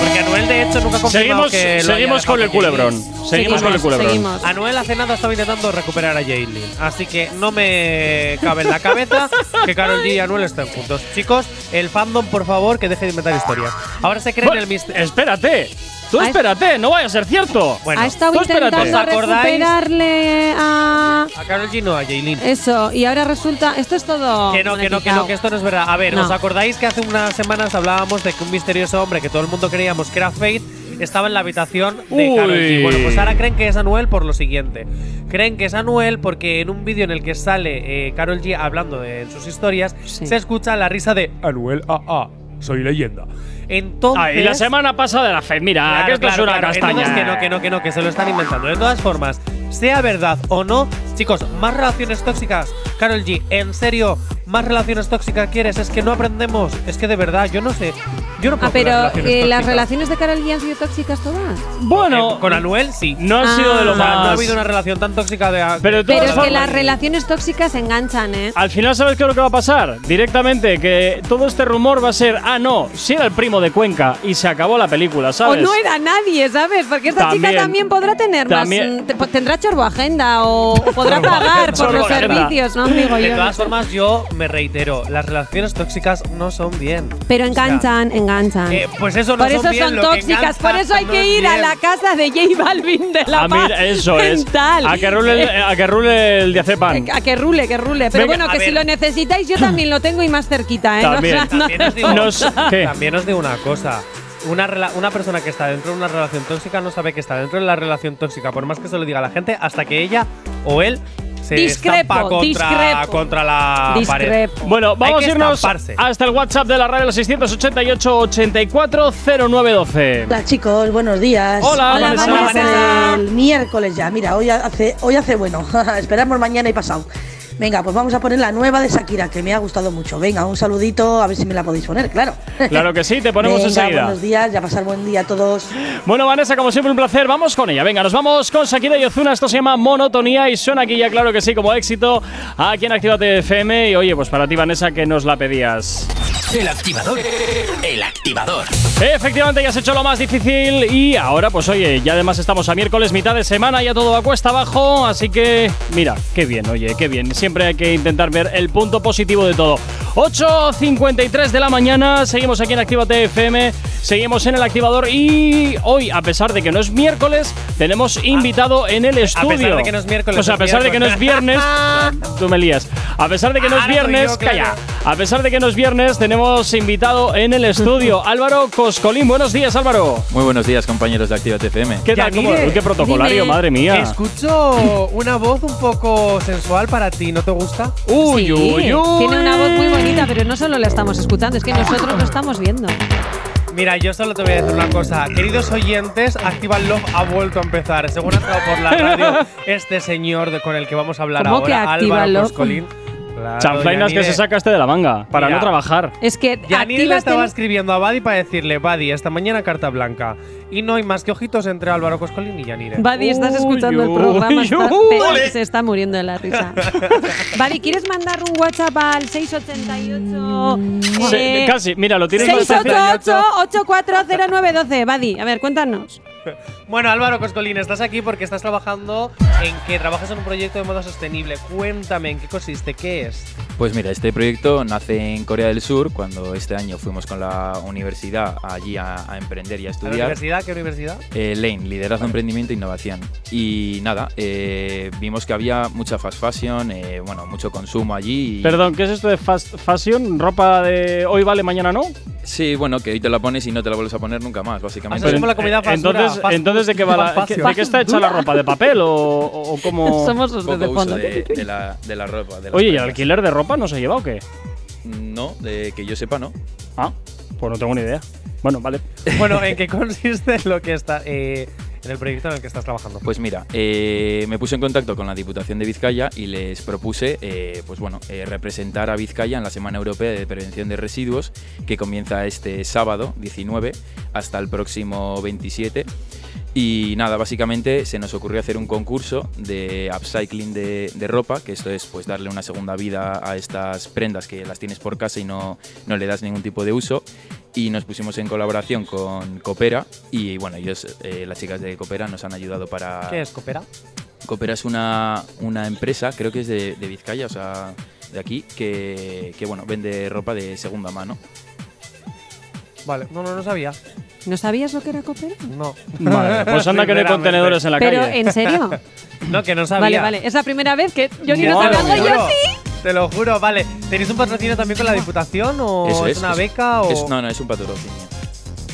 [SPEAKER 3] Porque Anuel, de hecho, nunca ha confirmado
[SPEAKER 2] Seguimos,
[SPEAKER 3] que lo haya
[SPEAKER 2] seguimos con el
[SPEAKER 3] dejado J Balvin.
[SPEAKER 2] culebrón. Seguimos con el culebrón.
[SPEAKER 4] Seguimos.
[SPEAKER 3] Anuel hace nada estaba intentando recuperar a Jaylin. Así que no me cabe en la cabeza que Carol G y Anuel estén juntos. Chicos, el fandom, por favor, que deje de inventar historias. Ahora se cree en
[SPEAKER 2] Bueno,
[SPEAKER 3] el misterio.
[SPEAKER 2] espérate, tú
[SPEAKER 4] Ah, es-
[SPEAKER 2] espérate, no vaya a ser cierto.
[SPEAKER 3] Bueno, pues
[SPEAKER 4] ha estado
[SPEAKER 2] tú espérate.
[SPEAKER 4] intentando
[SPEAKER 3] ¿Os acordáis?
[SPEAKER 4] recuperarle a
[SPEAKER 3] A Carol G no, a Jaylin.
[SPEAKER 4] eso y ahora resulta esto es todo
[SPEAKER 3] Que no, que no, que no, que esto no es verdad. A ver,
[SPEAKER 4] No.
[SPEAKER 3] ¿os acordáis que hace unas semanas hablábamos de que un misterioso hombre que todo el mundo creíamos que era Faith estaba en la habitación de
[SPEAKER 2] Uy.
[SPEAKER 3] Karol G? Bueno, pues ahora creen que es Anuel por lo siguiente. Creen que es Anuel porque en un vídeo en el que sale eh, Karol G hablando de en sus historias,
[SPEAKER 4] Sí.
[SPEAKER 3] se escucha la risa de Anuel, ah, ah, soy leyenda. Entonces…
[SPEAKER 2] Ah, y la semana pasada de la fe, mira,
[SPEAKER 3] Claro,
[SPEAKER 2] que esto
[SPEAKER 3] Ah, claro,
[SPEAKER 2] es una
[SPEAKER 3] claro.
[SPEAKER 2] castaña.
[SPEAKER 3] Entonces, que no, que no, que no, que se lo están inventando. De todas formas, sea verdad o no, chicos, más relaciones tóxicas. Carol G, en serio, más relaciones tóxicas quieres. Es que no aprendemos. Es que de verdad, yo no sé. Yo no puedo
[SPEAKER 4] Ah,
[SPEAKER 3] con
[SPEAKER 4] pero
[SPEAKER 3] las relaciones
[SPEAKER 4] eh, las
[SPEAKER 3] tóxicas.
[SPEAKER 4] relaciones de Carol G han sido tóxicas todas.
[SPEAKER 2] Bueno,
[SPEAKER 3] Eh, con Anuel sí.
[SPEAKER 2] no ha
[SPEAKER 4] Ah.
[SPEAKER 2] sido de lo
[SPEAKER 3] O sea, no ha
[SPEAKER 2] más.
[SPEAKER 3] habido una relación tan tóxica de.
[SPEAKER 2] Pero de
[SPEAKER 4] Pero
[SPEAKER 2] todas
[SPEAKER 4] es que
[SPEAKER 2] formas-
[SPEAKER 4] las relaciones tóxicas enganchan, ¿eh?
[SPEAKER 3] Ah,
[SPEAKER 2] Al final, ¿sabes qué es lo que va a pasar? Directamente, que todo este rumor va a ser, ah, no, si era el primo de Cuenca y se acabó la película,
[SPEAKER 4] O
[SPEAKER 2] ¿sabes?
[SPEAKER 4] no era nadie, ¿sabes? Porque esta
[SPEAKER 2] También.
[SPEAKER 4] chica también podrá tener
[SPEAKER 2] También.
[SPEAKER 4] más. mm, te- po- Tendrá chorboagenda o, o podrá pagar por los
[SPEAKER 2] Chorboagenda.
[SPEAKER 4] servicios, ¿no? Digo
[SPEAKER 3] de
[SPEAKER 4] yo.
[SPEAKER 3] todas formas, yo me reitero, las relaciones tóxicas no son bien.
[SPEAKER 4] Pero
[SPEAKER 3] O sea,
[SPEAKER 4] enganchan, enganchan.
[SPEAKER 3] eh, pues eso no
[SPEAKER 4] por eso
[SPEAKER 3] son,
[SPEAKER 4] son,
[SPEAKER 3] bien, lo que
[SPEAKER 4] tóxicas,
[SPEAKER 3] engancha
[SPEAKER 4] por eso hay
[SPEAKER 3] no
[SPEAKER 4] que
[SPEAKER 3] es
[SPEAKER 4] ir a
[SPEAKER 3] bien.
[SPEAKER 4] la casa de J Balvin de la
[SPEAKER 2] A mí,
[SPEAKER 4] paz
[SPEAKER 2] Ah, eso es.
[SPEAKER 4] mental.
[SPEAKER 2] A que rule el, a que rule el diazepam.
[SPEAKER 4] Eh, a que rule, que rule.
[SPEAKER 2] Venga,
[SPEAKER 4] Pero
[SPEAKER 2] Hmm.
[SPEAKER 4] bueno,
[SPEAKER 3] a
[SPEAKER 4] que si
[SPEAKER 3] ver.
[SPEAKER 4] lo necesitáis, yo también lo tengo y más cerquita, ¿eh?
[SPEAKER 2] También,
[SPEAKER 4] No,
[SPEAKER 3] También os digo,
[SPEAKER 2] Nos- ¿qué?
[SPEAKER 3] también os digo una cosa. Una, rela- una persona que está dentro de una relación tóxica no sabe que está dentro de la relación tóxica, por más que se lo diga a la gente, hasta que ella o él se
[SPEAKER 4] Discrepo,
[SPEAKER 3] estampa contra,
[SPEAKER 4] discrepo.
[SPEAKER 3] contra la pared.
[SPEAKER 4] Discrepo.
[SPEAKER 2] Bueno,
[SPEAKER 3] Hay
[SPEAKER 2] vamos a
[SPEAKER 3] que
[SPEAKER 2] irnos
[SPEAKER 3] estamparse.
[SPEAKER 2] hasta el WhatsApp de la radio 688 840912.
[SPEAKER 8] Hola chicos, buenos días.
[SPEAKER 2] Hola,
[SPEAKER 4] Hola,
[SPEAKER 2] Vanessa.
[SPEAKER 4] Vanessa. Vanessa.
[SPEAKER 8] El miércoles ya, mira, hoy hace, hoy hace bueno. Esperamos mañana y pasado. Venga, pues vamos a poner la nueva de Shakira, que me ha gustado mucho. Venga, un saludito, a ver si me la podéis poner, claro.
[SPEAKER 2] Claro que sí, te ponemos
[SPEAKER 8] Venga,
[SPEAKER 2] enseguida.
[SPEAKER 8] Buenos días, ya pasar buen día a todos.
[SPEAKER 2] Bueno, Vanessa, como siempre, un placer. Vamos con ella. Venga, nos vamos con Shakira y Ozuna. Esto se llama Monotonía y suena aquí ya, claro que sí, como éxito aquí en Actívate FM. Y oye, pues para ti, Vanessa, que nos la pedías.
[SPEAKER 1] El activador. El activador.
[SPEAKER 2] Efectivamente, ya has hecho lo más difícil. Y ahora, pues oye, ya además estamos a miércoles, mitad de semana, ya todo va cuesta abajo. Así que, mira, qué bien, oye, qué bien. Siempre hay que intentar ver el punto positivo de todo. 8.53 de la mañana, seguimos aquí en Actívate FM. Seguimos en el activador y hoy, a pesar de que no es miércoles, tenemos invitado en el
[SPEAKER 3] pesar
[SPEAKER 2] estudio.
[SPEAKER 3] de que no es miércoles,
[SPEAKER 2] O sea, a
[SPEAKER 3] es
[SPEAKER 2] pesar de que no es viernes, tú me lías. A pesar de que no es
[SPEAKER 3] Ahora soy yo,
[SPEAKER 2] viernes,
[SPEAKER 3] claro.
[SPEAKER 2] calla. A pesar de que no es viernes, tenemos invitado en el estudio Álvaro Coscolín. Buenos días, Álvaro.
[SPEAKER 9] Muy buenos días, compañeros de Activa TFM.
[SPEAKER 2] ¿Qué tal? ¿Cómo-
[SPEAKER 3] Yanire,
[SPEAKER 2] uy, ¿Qué protocolario?
[SPEAKER 4] dime.
[SPEAKER 2] Madre mía.
[SPEAKER 3] Escucho una voz un poco sensual para ti, ¿no te gusta?
[SPEAKER 2] Uy,
[SPEAKER 4] Sí,
[SPEAKER 2] uy, uy.
[SPEAKER 4] Tiene una voz muy bonita, pero no solo la estamos escuchando, es
[SPEAKER 3] Ah.
[SPEAKER 4] que nosotros lo estamos viendo.
[SPEAKER 3] Mira, yo solo te voy a decir una cosa. Queridos oyentes, Activa Love ha vuelto a empezar. Según ha entrado por la radio este señor de- con el que vamos a hablar
[SPEAKER 4] ¿Cómo
[SPEAKER 3] ahora,
[SPEAKER 4] que Activa
[SPEAKER 3] Álvaro
[SPEAKER 4] Love?
[SPEAKER 3] Coscolín. Claro,
[SPEAKER 2] Chanflainas que
[SPEAKER 3] Yanire.
[SPEAKER 2] se sacaste de la manga para
[SPEAKER 3] Mira.
[SPEAKER 2] no trabajar.
[SPEAKER 4] Es que
[SPEAKER 3] Yanire le
[SPEAKER 4] actívate-
[SPEAKER 3] estaba escribiendo a Badi para decirle, Badi, esta mañana carta blanca. Y no hay más que ojitos entre Álvaro Coscolín y Yanire.
[SPEAKER 4] Badi, estás
[SPEAKER 2] Uy,
[SPEAKER 4] escuchando el
[SPEAKER 2] uy,
[SPEAKER 4] programa, está-
[SPEAKER 2] uy.
[SPEAKER 4] te- se está muriendo de la risa. Badi, ¿quieres mandar un WhatsApp al 688?
[SPEAKER 2] Se-
[SPEAKER 4] eh,
[SPEAKER 2] casi, mira, lo tienes más fácil.
[SPEAKER 4] 688-840912. Badi, a ver, cuéntanos.
[SPEAKER 3] Bueno, Álvaro Coscolín, estás aquí porque estás trabajando en que trabajas en un proyecto de moda sostenible. Cuéntame, ¿en qué consiste? ¿Qué es?
[SPEAKER 9] Pues mira, este proyecto nace en Corea del Sur cuando este año fuimos con la universidad allí a, a emprender y a
[SPEAKER 3] ¿A la
[SPEAKER 9] estudiar.
[SPEAKER 3] universidad? ¿Qué universidad?
[SPEAKER 9] Eh, Lane, liderazgo, emprendimiento e innovación. Y nada, eh, vimos que había mucha fast fashion, eh, bueno, mucho consumo allí. y-
[SPEAKER 2] Perdón, ¿qué es esto de fast fashion? ¿Ropa de hoy vale, mañana no?
[SPEAKER 9] Sí, bueno, que hoy te la pones y no te la vuelves a poner nunca más, básicamente.
[SPEAKER 3] Pero- como la comida
[SPEAKER 2] eh,
[SPEAKER 3] basura,
[SPEAKER 2] entonces,
[SPEAKER 3] fast
[SPEAKER 2] entonces ¿de qué va la-
[SPEAKER 3] fast
[SPEAKER 2] qué-
[SPEAKER 3] fashion.
[SPEAKER 2] de qué está hecha la ropa? ¿De papel o, o- o cómo?
[SPEAKER 4] Somos los
[SPEAKER 9] poco
[SPEAKER 4] de
[SPEAKER 9] uso
[SPEAKER 4] fondo.
[SPEAKER 9] de, de la, de la ropa. de las
[SPEAKER 2] Oye, ¿y el
[SPEAKER 9] prendas.
[SPEAKER 2] alquiler de ropa no se lleva o qué?
[SPEAKER 9] No, de que yo sepa, no.
[SPEAKER 2] Ah, pues no tengo ni idea. Bueno, vale.
[SPEAKER 3] Bueno, ¿en qué consiste lo que está eh, en el proyecto en el que estás trabajando?
[SPEAKER 9] Pues mira, eh, me puse en contacto con la Diputación de Vizcaya y les propuse, eh, pues bueno, eh, representar a Vizcaya en la Semana Europea de Prevención de Residuos, que comienza este sábado 19 hasta el próximo 27. Y nada, básicamente se nos ocurrió hacer un concurso de upcycling de, de ropa, que esto es pues darle una segunda vida a estas prendas que las tienes por casa y no, no le das ningún tipo de uso. Y nos pusimos en colaboración con Coopera y bueno, ellos, eh, las chicas de Coopera nos han ayudado para...
[SPEAKER 3] ¿Qué es Coopera?
[SPEAKER 9] Coopera es una, una empresa, creo que es de, de Vizcaya, o sea, de aquí, que, que bueno, vende ropa de segunda mano.
[SPEAKER 3] Vale, no, no, no sabía.
[SPEAKER 4] ¿No sabías lo que era Copera?
[SPEAKER 3] No.
[SPEAKER 2] Vale, pues anda que no hay
[SPEAKER 3] Primeramente.
[SPEAKER 2] contenedores en la
[SPEAKER 4] Pero,
[SPEAKER 2] calle.
[SPEAKER 4] ¿en serio?
[SPEAKER 3] No, que no sabía.
[SPEAKER 4] Vale, vale. Es la primera vez que yo ni lo
[SPEAKER 2] Madre
[SPEAKER 4] sabía,
[SPEAKER 2] mía.
[SPEAKER 4] yo sí.
[SPEAKER 3] Te lo juro, vale. ¿Tenéis un patrocinio también con la Diputación o
[SPEAKER 9] Eso
[SPEAKER 3] es, una beca o...?
[SPEAKER 9] es- no, no, es un patrocinio.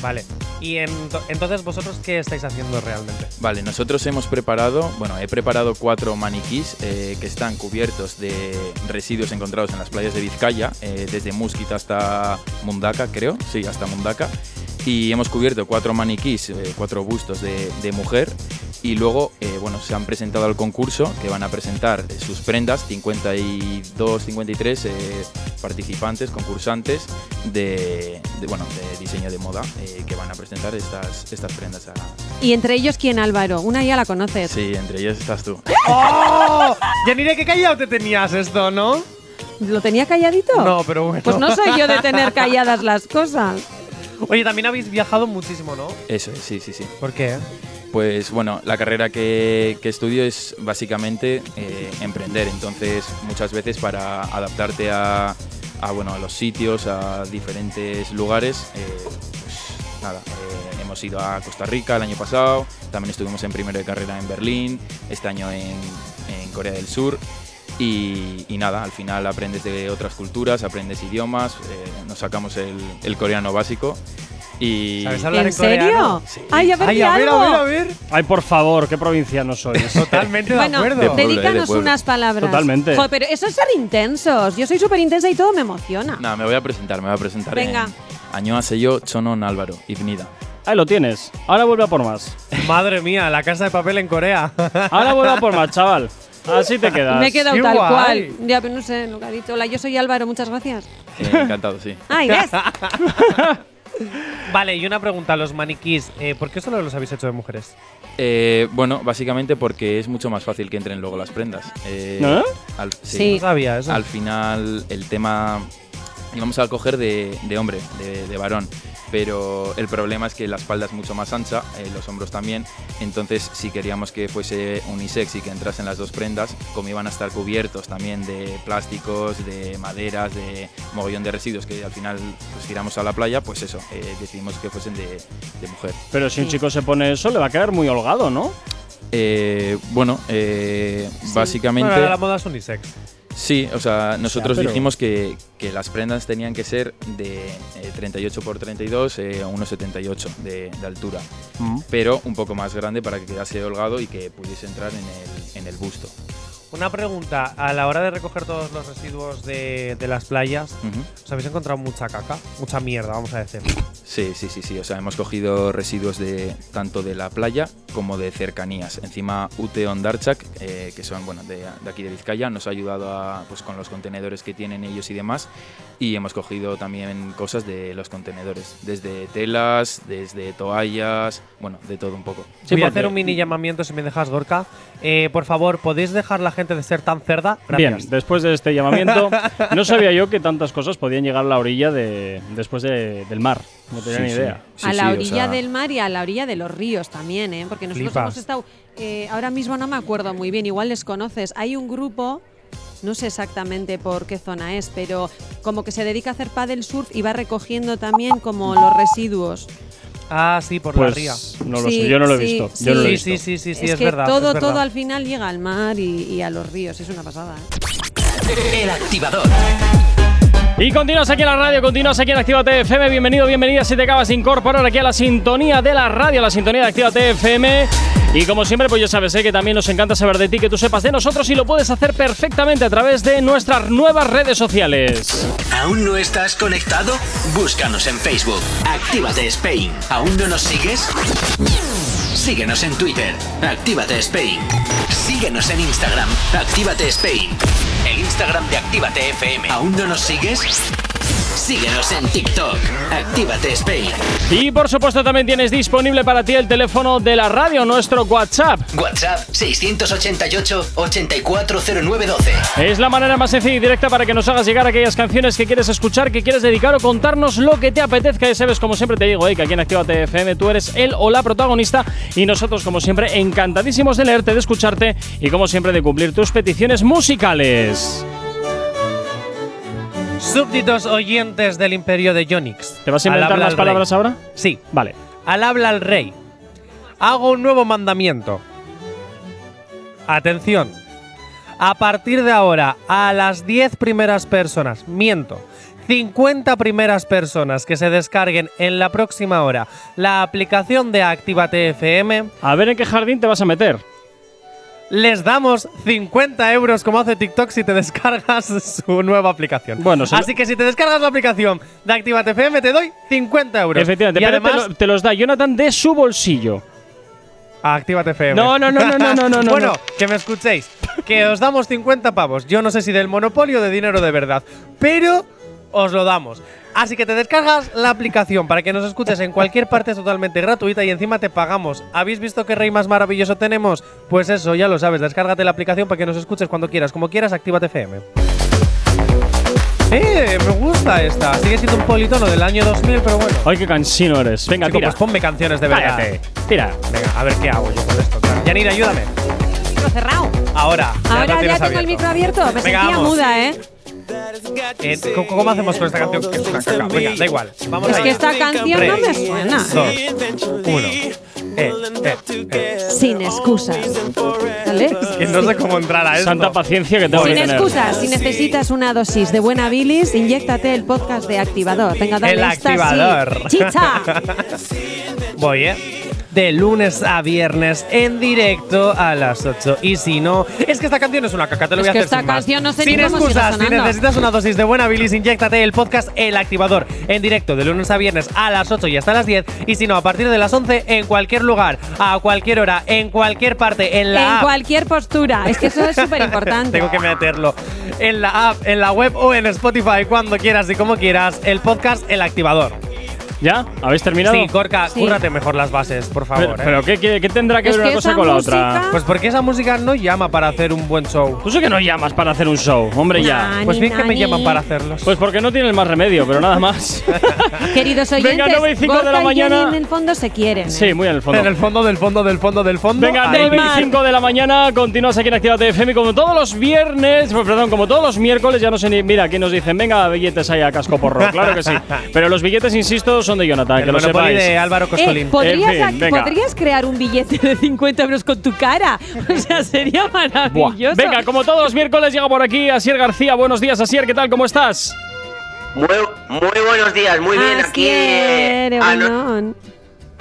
[SPEAKER 3] Vale. ¿Y ento- entonces vosotros qué estáis haciendo realmente?
[SPEAKER 9] Vale, nosotros hemos preparado, bueno, he preparado cuatro maniquís eh, que están cubiertos de residuos encontrados en las playas de Vizcaya, eh, desde Musquita hasta Mundaka, creo, sí, hasta Mundaka. Y hemos cubierto cuatro maniquís, eh, cuatro bustos de, de mujer. Y luego, eh, bueno, se han presentado al concurso, que van a presentar eh, sus prendas, 52, 53 eh, participantes, concursantes de, de, bueno, de diseño de moda, eh, que van a presentar estas, estas prendas a,
[SPEAKER 4] Y entre ellos, ¿quién, Álvaro? Una ya la conoces.
[SPEAKER 9] Sí, entre ellos estás tú.
[SPEAKER 3] ¡Oh! Yanire, qué callado te tenías esto, ¿no?
[SPEAKER 4] ¿Lo tenía calladito?
[SPEAKER 3] No, pero bueno.
[SPEAKER 4] Pues no soy yo de tener calladas las cosas.
[SPEAKER 3] Oye, también habéis viajado muchísimo, ¿no?
[SPEAKER 9] Eso es, sí, sí, sí.
[SPEAKER 3] ¿Por qué?
[SPEAKER 9] Pues bueno, la carrera que, que estudio es básicamente eh, emprender, entonces muchas veces para adaptarte a, a, bueno, a los sitios, a diferentes lugares, eh, pues nada, eh, hemos ido a Costa Rica el año pasado, también estuvimos en primero de carrera en Berlín, este año en, en Corea del Sur. Y, y nada, al final aprendes de otras culturas, aprendes idiomas, eh, nos sacamos el, el coreano básico y...
[SPEAKER 3] ¿Sabes hablar
[SPEAKER 4] ¿En
[SPEAKER 3] en coreano?
[SPEAKER 4] serio? Ay, a ver,
[SPEAKER 3] Ay,
[SPEAKER 4] di
[SPEAKER 3] a ver, a
[SPEAKER 4] algo.
[SPEAKER 3] ver, a ver.
[SPEAKER 2] Ay, por favor, qué provinciano sois.
[SPEAKER 3] Totalmente de
[SPEAKER 4] Bueno,
[SPEAKER 3] acuerdo.
[SPEAKER 9] pueblo, eh, de
[SPEAKER 4] dedícanos
[SPEAKER 9] pueblo.
[SPEAKER 4] unas palabras.
[SPEAKER 2] Totalmente.
[SPEAKER 4] Jo, pero eso es ser intensos. Yo soy súper intensa y todo me emociona.
[SPEAKER 9] Nada, me voy a presentar, me voy a presentar.
[SPEAKER 4] Venga.
[SPEAKER 9] Año Sello Chonon Álvaro, Ibnida.
[SPEAKER 2] Ahí lo tienes. Ahora vuelve a por más.
[SPEAKER 3] Madre mía, la casa de papel en Corea.
[SPEAKER 2] Ahora vuelve a por más, chaval. Así te quedas.
[SPEAKER 4] Me he quedado
[SPEAKER 3] qué
[SPEAKER 4] tal
[SPEAKER 3] guay.
[SPEAKER 4] cual. Ya, pero no sé lo que ha dicho. Hola, yo soy Álvaro, muchas gracias. Ah,
[SPEAKER 9] Eh, encantado, sí.
[SPEAKER 4] Ay, ¿ves?
[SPEAKER 3] vale, y una pregunta, los maniquís, eh, ¿por qué solo los habéis hecho de mujeres?
[SPEAKER 9] Eh, bueno, básicamente porque es mucho más fácil que entren luego las prendas. Eh,
[SPEAKER 2] ¿No?
[SPEAKER 9] al, sí.
[SPEAKER 4] Sí.
[SPEAKER 3] No sabía eso.
[SPEAKER 9] Al final, el tema íbamos a coger de, de hombre, de, de varón. pero el problema es que la espalda es mucho más ancha, eh, los hombros también, entonces si queríamos que fuese unisex y que entrasen las dos prendas, como iban a estar cubiertos también de plásticos, de maderas, de mogollón de residuos que al final pues, giramos a la playa, pues eso, eh, decidimos que fuesen de, de mujer.
[SPEAKER 2] Pero si un chico se pone eso, le va a quedar muy holgado, ¿no?
[SPEAKER 9] Eh, bueno, eh, básicamente...
[SPEAKER 3] Bueno, ahora la moda es unisex.
[SPEAKER 9] Sí, o sea, nosotros
[SPEAKER 3] pero-
[SPEAKER 9] dijimos que, que las prendas tenían que ser de eh, 38 por 32 eh, a 1,78 de, de altura, pero un poco más grande para que quedase holgado y que pudiese entrar en el, en el busto.
[SPEAKER 3] Una pregunta, a la hora de recoger todos los residuos de, de las playas,
[SPEAKER 9] Ujú.
[SPEAKER 3] ¿os habéis encontrado mucha caca? Mucha mierda, vamos a decir.
[SPEAKER 9] Sí, sí, sí, sí. O sea, hemos cogido residuos de tanto de la playa como de cercanías. Encima UTE Ondarchak, eh, que son bueno de, de aquí de Vizcaya, nos ha ayudado a, pues, con los contenedores que tienen ellos y demás. Y hemos cogido también cosas de los contenedores, desde telas, desde toallas, bueno, de todo un poco.
[SPEAKER 2] Sí,
[SPEAKER 3] Voy a
[SPEAKER 2] porque-
[SPEAKER 3] hacer un mini llamamiento si me dejas, Gorka. Eh, por favor, ¿podéis dejar la gente de ser tan cerda?
[SPEAKER 2] Bien,
[SPEAKER 3] Gracias.
[SPEAKER 2] después de este llamamiento, no sabía yo que tantas cosas podían llegar a la orilla de, después de- del mar. No tenía
[SPEAKER 9] Sí,
[SPEAKER 2] ni
[SPEAKER 9] sí.
[SPEAKER 2] idea.
[SPEAKER 9] Sí,
[SPEAKER 4] a
[SPEAKER 9] sí,
[SPEAKER 4] la
[SPEAKER 9] o
[SPEAKER 4] orilla
[SPEAKER 9] sea,
[SPEAKER 4] del mar y a la orilla de los ríos también, ¿eh? Porque nosotros
[SPEAKER 3] Flipas.
[SPEAKER 4] hemos estado. eh, ahora mismo no me acuerdo muy bien, igual les conoces. Hay un grupo, no sé exactamente por qué zona es, pero como que se dedica a hacer paddle surf y va recogiendo también como los residuos.
[SPEAKER 3] Ah, sí, por la ría.
[SPEAKER 2] Pues no lo
[SPEAKER 4] Sí,
[SPEAKER 2] sé, yo no lo he
[SPEAKER 4] sí,
[SPEAKER 2] visto.
[SPEAKER 4] sí.
[SPEAKER 2] Yo no lo he
[SPEAKER 3] Sí,
[SPEAKER 2] visto.
[SPEAKER 3] sí, sí, sí, sí, es,
[SPEAKER 4] que
[SPEAKER 3] verdad.
[SPEAKER 4] todo,
[SPEAKER 3] es verdad.
[SPEAKER 4] todo al final llega al mar y, y a los ríos. Es una pasada, ¿eh?
[SPEAKER 1] El activador.
[SPEAKER 2] Y continuas aquí en la radio, continuas aquí en Actívate FM. Bienvenido, bienvenida si te acabas de incorporar aquí a la sintonía de la radio, a la sintonía de Actívate FM. Y como siempre, pues ya sabes ¿eh? que también nos encanta saber de ti, que tú sepas de nosotros y lo puedes hacer perfectamente a través de nuestras nuevas redes sociales.
[SPEAKER 1] ¿Aún no estás conectado? Búscanos en Facebook. Actívate Spain. ¿Aún no nos sigues? Síguenos en Twitter. Actívate Spain. Síguenos en Instagram. Actívate Spain. El Instagram de Actívate FM. ¿Aún no nos sigues? Síguenos en TikTok. Actívate Spain.
[SPEAKER 2] Y por supuesto, también tienes disponible para ti el teléfono de la radio, nuestro WhatsApp.
[SPEAKER 1] WhatsApp 688 840912.
[SPEAKER 2] Es la manera más sencilla y directa para que nos hagas llegar aquellas canciones que quieres escuchar, que quieres dedicar o contarnos lo que te apetezca. Y sabes, como siempre te digo, eh, que aquí en Actívate FM tú eres el o la protagonista y nosotros, como siempre, encantadísimos de leerte, de escucharte y, como siempre, de cumplir tus peticiones musicales.
[SPEAKER 3] Súbditos oyentes del imperio de Yonix.
[SPEAKER 2] ¿Te vas a
[SPEAKER 3] Al
[SPEAKER 2] inventar
[SPEAKER 3] habla
[SPEAKER 2] las
[SPEAKER 3] el rey.
[SPEAKER 2] palabras ahora?
[SPEAKER 3] Sí.
[SPEAKER 2] Vale.
[SPEAKER 3] Al habla el rey. Hago un nuevo mandamiento. Atención. A partir de ahora, a las 10 primeras personas, miento, 50 primeras personas que se descarguen en la próxima hora la aplicación de Actívate FM,
[SPEAKER 2] A ver en qué jardín te vas a meter.
[SPEAKER 3] les damos 50 euros como hace TikTok si te descargas su nueva aplicación.
[SPEAKER 2] Bueno, se lo-
[SPEAKER 3] Así que si te descargas la aplicación de Actívate FM, te doy 50 euros.
[SPEAKER 2] Efectivamente,
[SPEAKER 3] y
[SPEAKER 2] pero te
[SPEAKER 3] además,
[SPEAKER 2] lo- te los da Jonathan de su bolsillo.
[SPEAKER 3] Ah, Actívate FM.
[SPEAKER 2] No, no, no, no, no, no, no, no.
[SPEAKER 3] bueno, que me escuchéis. Que os damos 50 pavos. Yo no sé si del monopolio o de dinero de verdad. Pero os lo damos. Así que te descargas la aplicación para que nos escuches en cualquier parte es totalmente gratuita y encima te pagamos. ¿Habéis visto qué rey más maravilloso tenemos? Pues eso, ya lo sabes. Descárgate la aplicación para que nos escuches cuando quieras. Como quieras, actívate FM. Eh, me gusta esta. Sigue siendo un politono del año 2000, pero bueno.
[SPEAKER 2] Ay, qué cansino eres. Venga,
[SPEAKER 3] Chico,
[SPEAKER 2] tira.
[SPEAKER 3] pues ponme canciones de verdad. eh.
[SPEAKER 2] Cállate. Tira.
[SPEAKER 3] Venga, a ver qué hago yo con esto. claro. Yanira, ayúdame.
[SPEAKER 4] Micro cerrado.
[SPEAKER 3] Ahora.
[SPEAKER 4] Ahora ya,
[SPEAKER 3] tienes
[SPEAKER 4] tengo el micro abierto. Me
[SPEAKER 3] Venga,
[SPEAKER 4] sentía
[SPEAKER 3] vamos.
[SPEAKER 4] muda, ¿eh?
[SPEAKER 3] Eh, ¿c- ¿Cómo, hacemos con esta canción? Que es una caca. Venga, da igual. Vamos
[SPEAKER 4] Es
[SPEAKER 3] allá.
[SPEAKER 4] que esta canción no me
[SPEAKER 3] Tres,
[SPEAKER 4] suena.
[SPEAKER 3] Dos, uno. Eh, eh, eh.
[SPEAKER 4] Sin excusas. ¿Vale?
[SPEAKER 3] Que no sé cómo entrar a esto.
[SPEAKER 2] Santa paciencia que tengo que
[SPEAKER 4] Sin
[SPEAKER 2] tener.
[SPEAKER 4] excusas, si necesitas una dosis de buena bilis, inyéctate el podcast de Activador. Venga, dale
[SPEAKER 3] El
[SPEAKER 4] esta sí.
[SPEAKER 3] activador.
[SPEAKER 4] Chicha.
[SPEAKER 3] Voy, ¿eh? De lunes a viernes en directo a las 8. Y si no, es que esta canción es una caca, te lo
[SPEAKER 4] Es
[SPEAKER 3] voy a
[SPEAKER 4] que
[SPEAKER 3] hacer
[SPEAKER 4] esta
[SPEAKER 3] sin más.
[SPEAKER 4] canción no sé
[SPEAKER 3] Sin
[SPEAKER 4] ni cómo sigue
[SPEAKER 3] excusas, si
[SPEAKER 4] sonando.
[SPEAKER 3] necesitas una dosis de buena bilis, inyectate el podcast El Activador en directo de lunes a viernes a las 8 y hasta las 10. Y si no, a partir de las 11 en cualquier lugar, a cualquier hora, en cualquier parte, en la
[SPEAKER 4] En
[SPEAKER 3] app.
[SPEAKER 4] cualquier postura. Es que eso es súper importante.
[SPEAKER 3] Tengo que meterlo en la app, en la web o en Spotify, cuando quieras y como quieras, el podcast El Activador.
[SPEAKER 2] ¿Ya? ¿Habéis terminado?
[SPEAKER 3] Sí, Corca,
[SPEAKER 4] Sí.
[SPEAKER 3] cúrrate mejor las bases, por favor.
[SPEAKER 2] Pero,
[SPEAKER 3] ¿eh?
[SPEAKER 2] pero ¿qué, qué, qué tendrá que
[SPEAKER 4] Es
[SPEAKER 2] ver una
[SPEAKER 4] que
[SPEAKER 2] cosa
[SPEAKER 4] esa
[SPEAKER 2] con la
[SPEAKER 4] música-
[SPEAKER 2] otra?
[SPEAKER 3] Pues porque esa música no llama para hacer un buen show.
[SPEAKER 2] Tú sí que no llamas para hacer un show, hombre, ya.
[SPEAKER 4] Nah.
[SPEAKER 3] Pues bien que me
[SPEAKER 4] Nani.
[SPEAKER 3] llaman para hacerlos.
[SPEAKER 2] Pues porque no tienes más remedio, pero nada más.
[SPEAKER 4] Queridos oyentes,
[SPEAKER 2] Venga, 9 y cinco de
[SPEAKER 4] Gorka
[SPEAKER 2] la
[SPEAKER 4] y
[SPEAKER 2] mañana.
[SPEAKER 4] Johnny en el fondo se quieren. ¿eh?
[SPEAKER 2] sí, muy en el fondo.
[SPEAKER 3] en el fondo, del fondo, del fondo, del fondo.
[SPEAKER 2] pues, Venga,
[SPEAKER 3] ahí.
[SPEAKER 2] 9 y 5 de la mañana, continúas aquí en Actívate FM como todos los viernes, pues, perdón, como todos los miércoles, ya no sé ni, mira, aquí nos dicen, venga, billetes ahí a casco porro, claro que sí. Pero los billetes, insisto, son de Jonathan,
[SPEAKER 3] El
[SPEAKER 2] que lo
[SPEAKER 3] Monopoly
[SPEAKER 2] sepáis.
[SPEAKER 3] de Álvaro
[SPEAKER 4] Eh,
[SPEAKER 3] Coscolín.
[SPEAKER 4] ¿podrías,
[SPEAKER 2] En fin,
[SPEAKER 4] ac-
[SPEAKER 2] venga.
[SPEAKER 4] podrías crear un billete de 50 euros con tu cara? O sea, sería
[SPEAKER 2] Buah.
[SPEAKER 4] maravilloso.
[SPEAKER 2] Venga, como todos los miércoles llega por aquí Asier García. Buenos días, Asier, ¿qué tal? ¿Cómo estás?
[SPEAKER 10] Muy, muy buenos días, muy bien.
[SPEAKER 4] Ah,
[SPEAKER 10] Aquí eh,
[SPEAKER 4] Asier,
[SPEAKER 10] ano-
[SPEAKER 4] Egunon.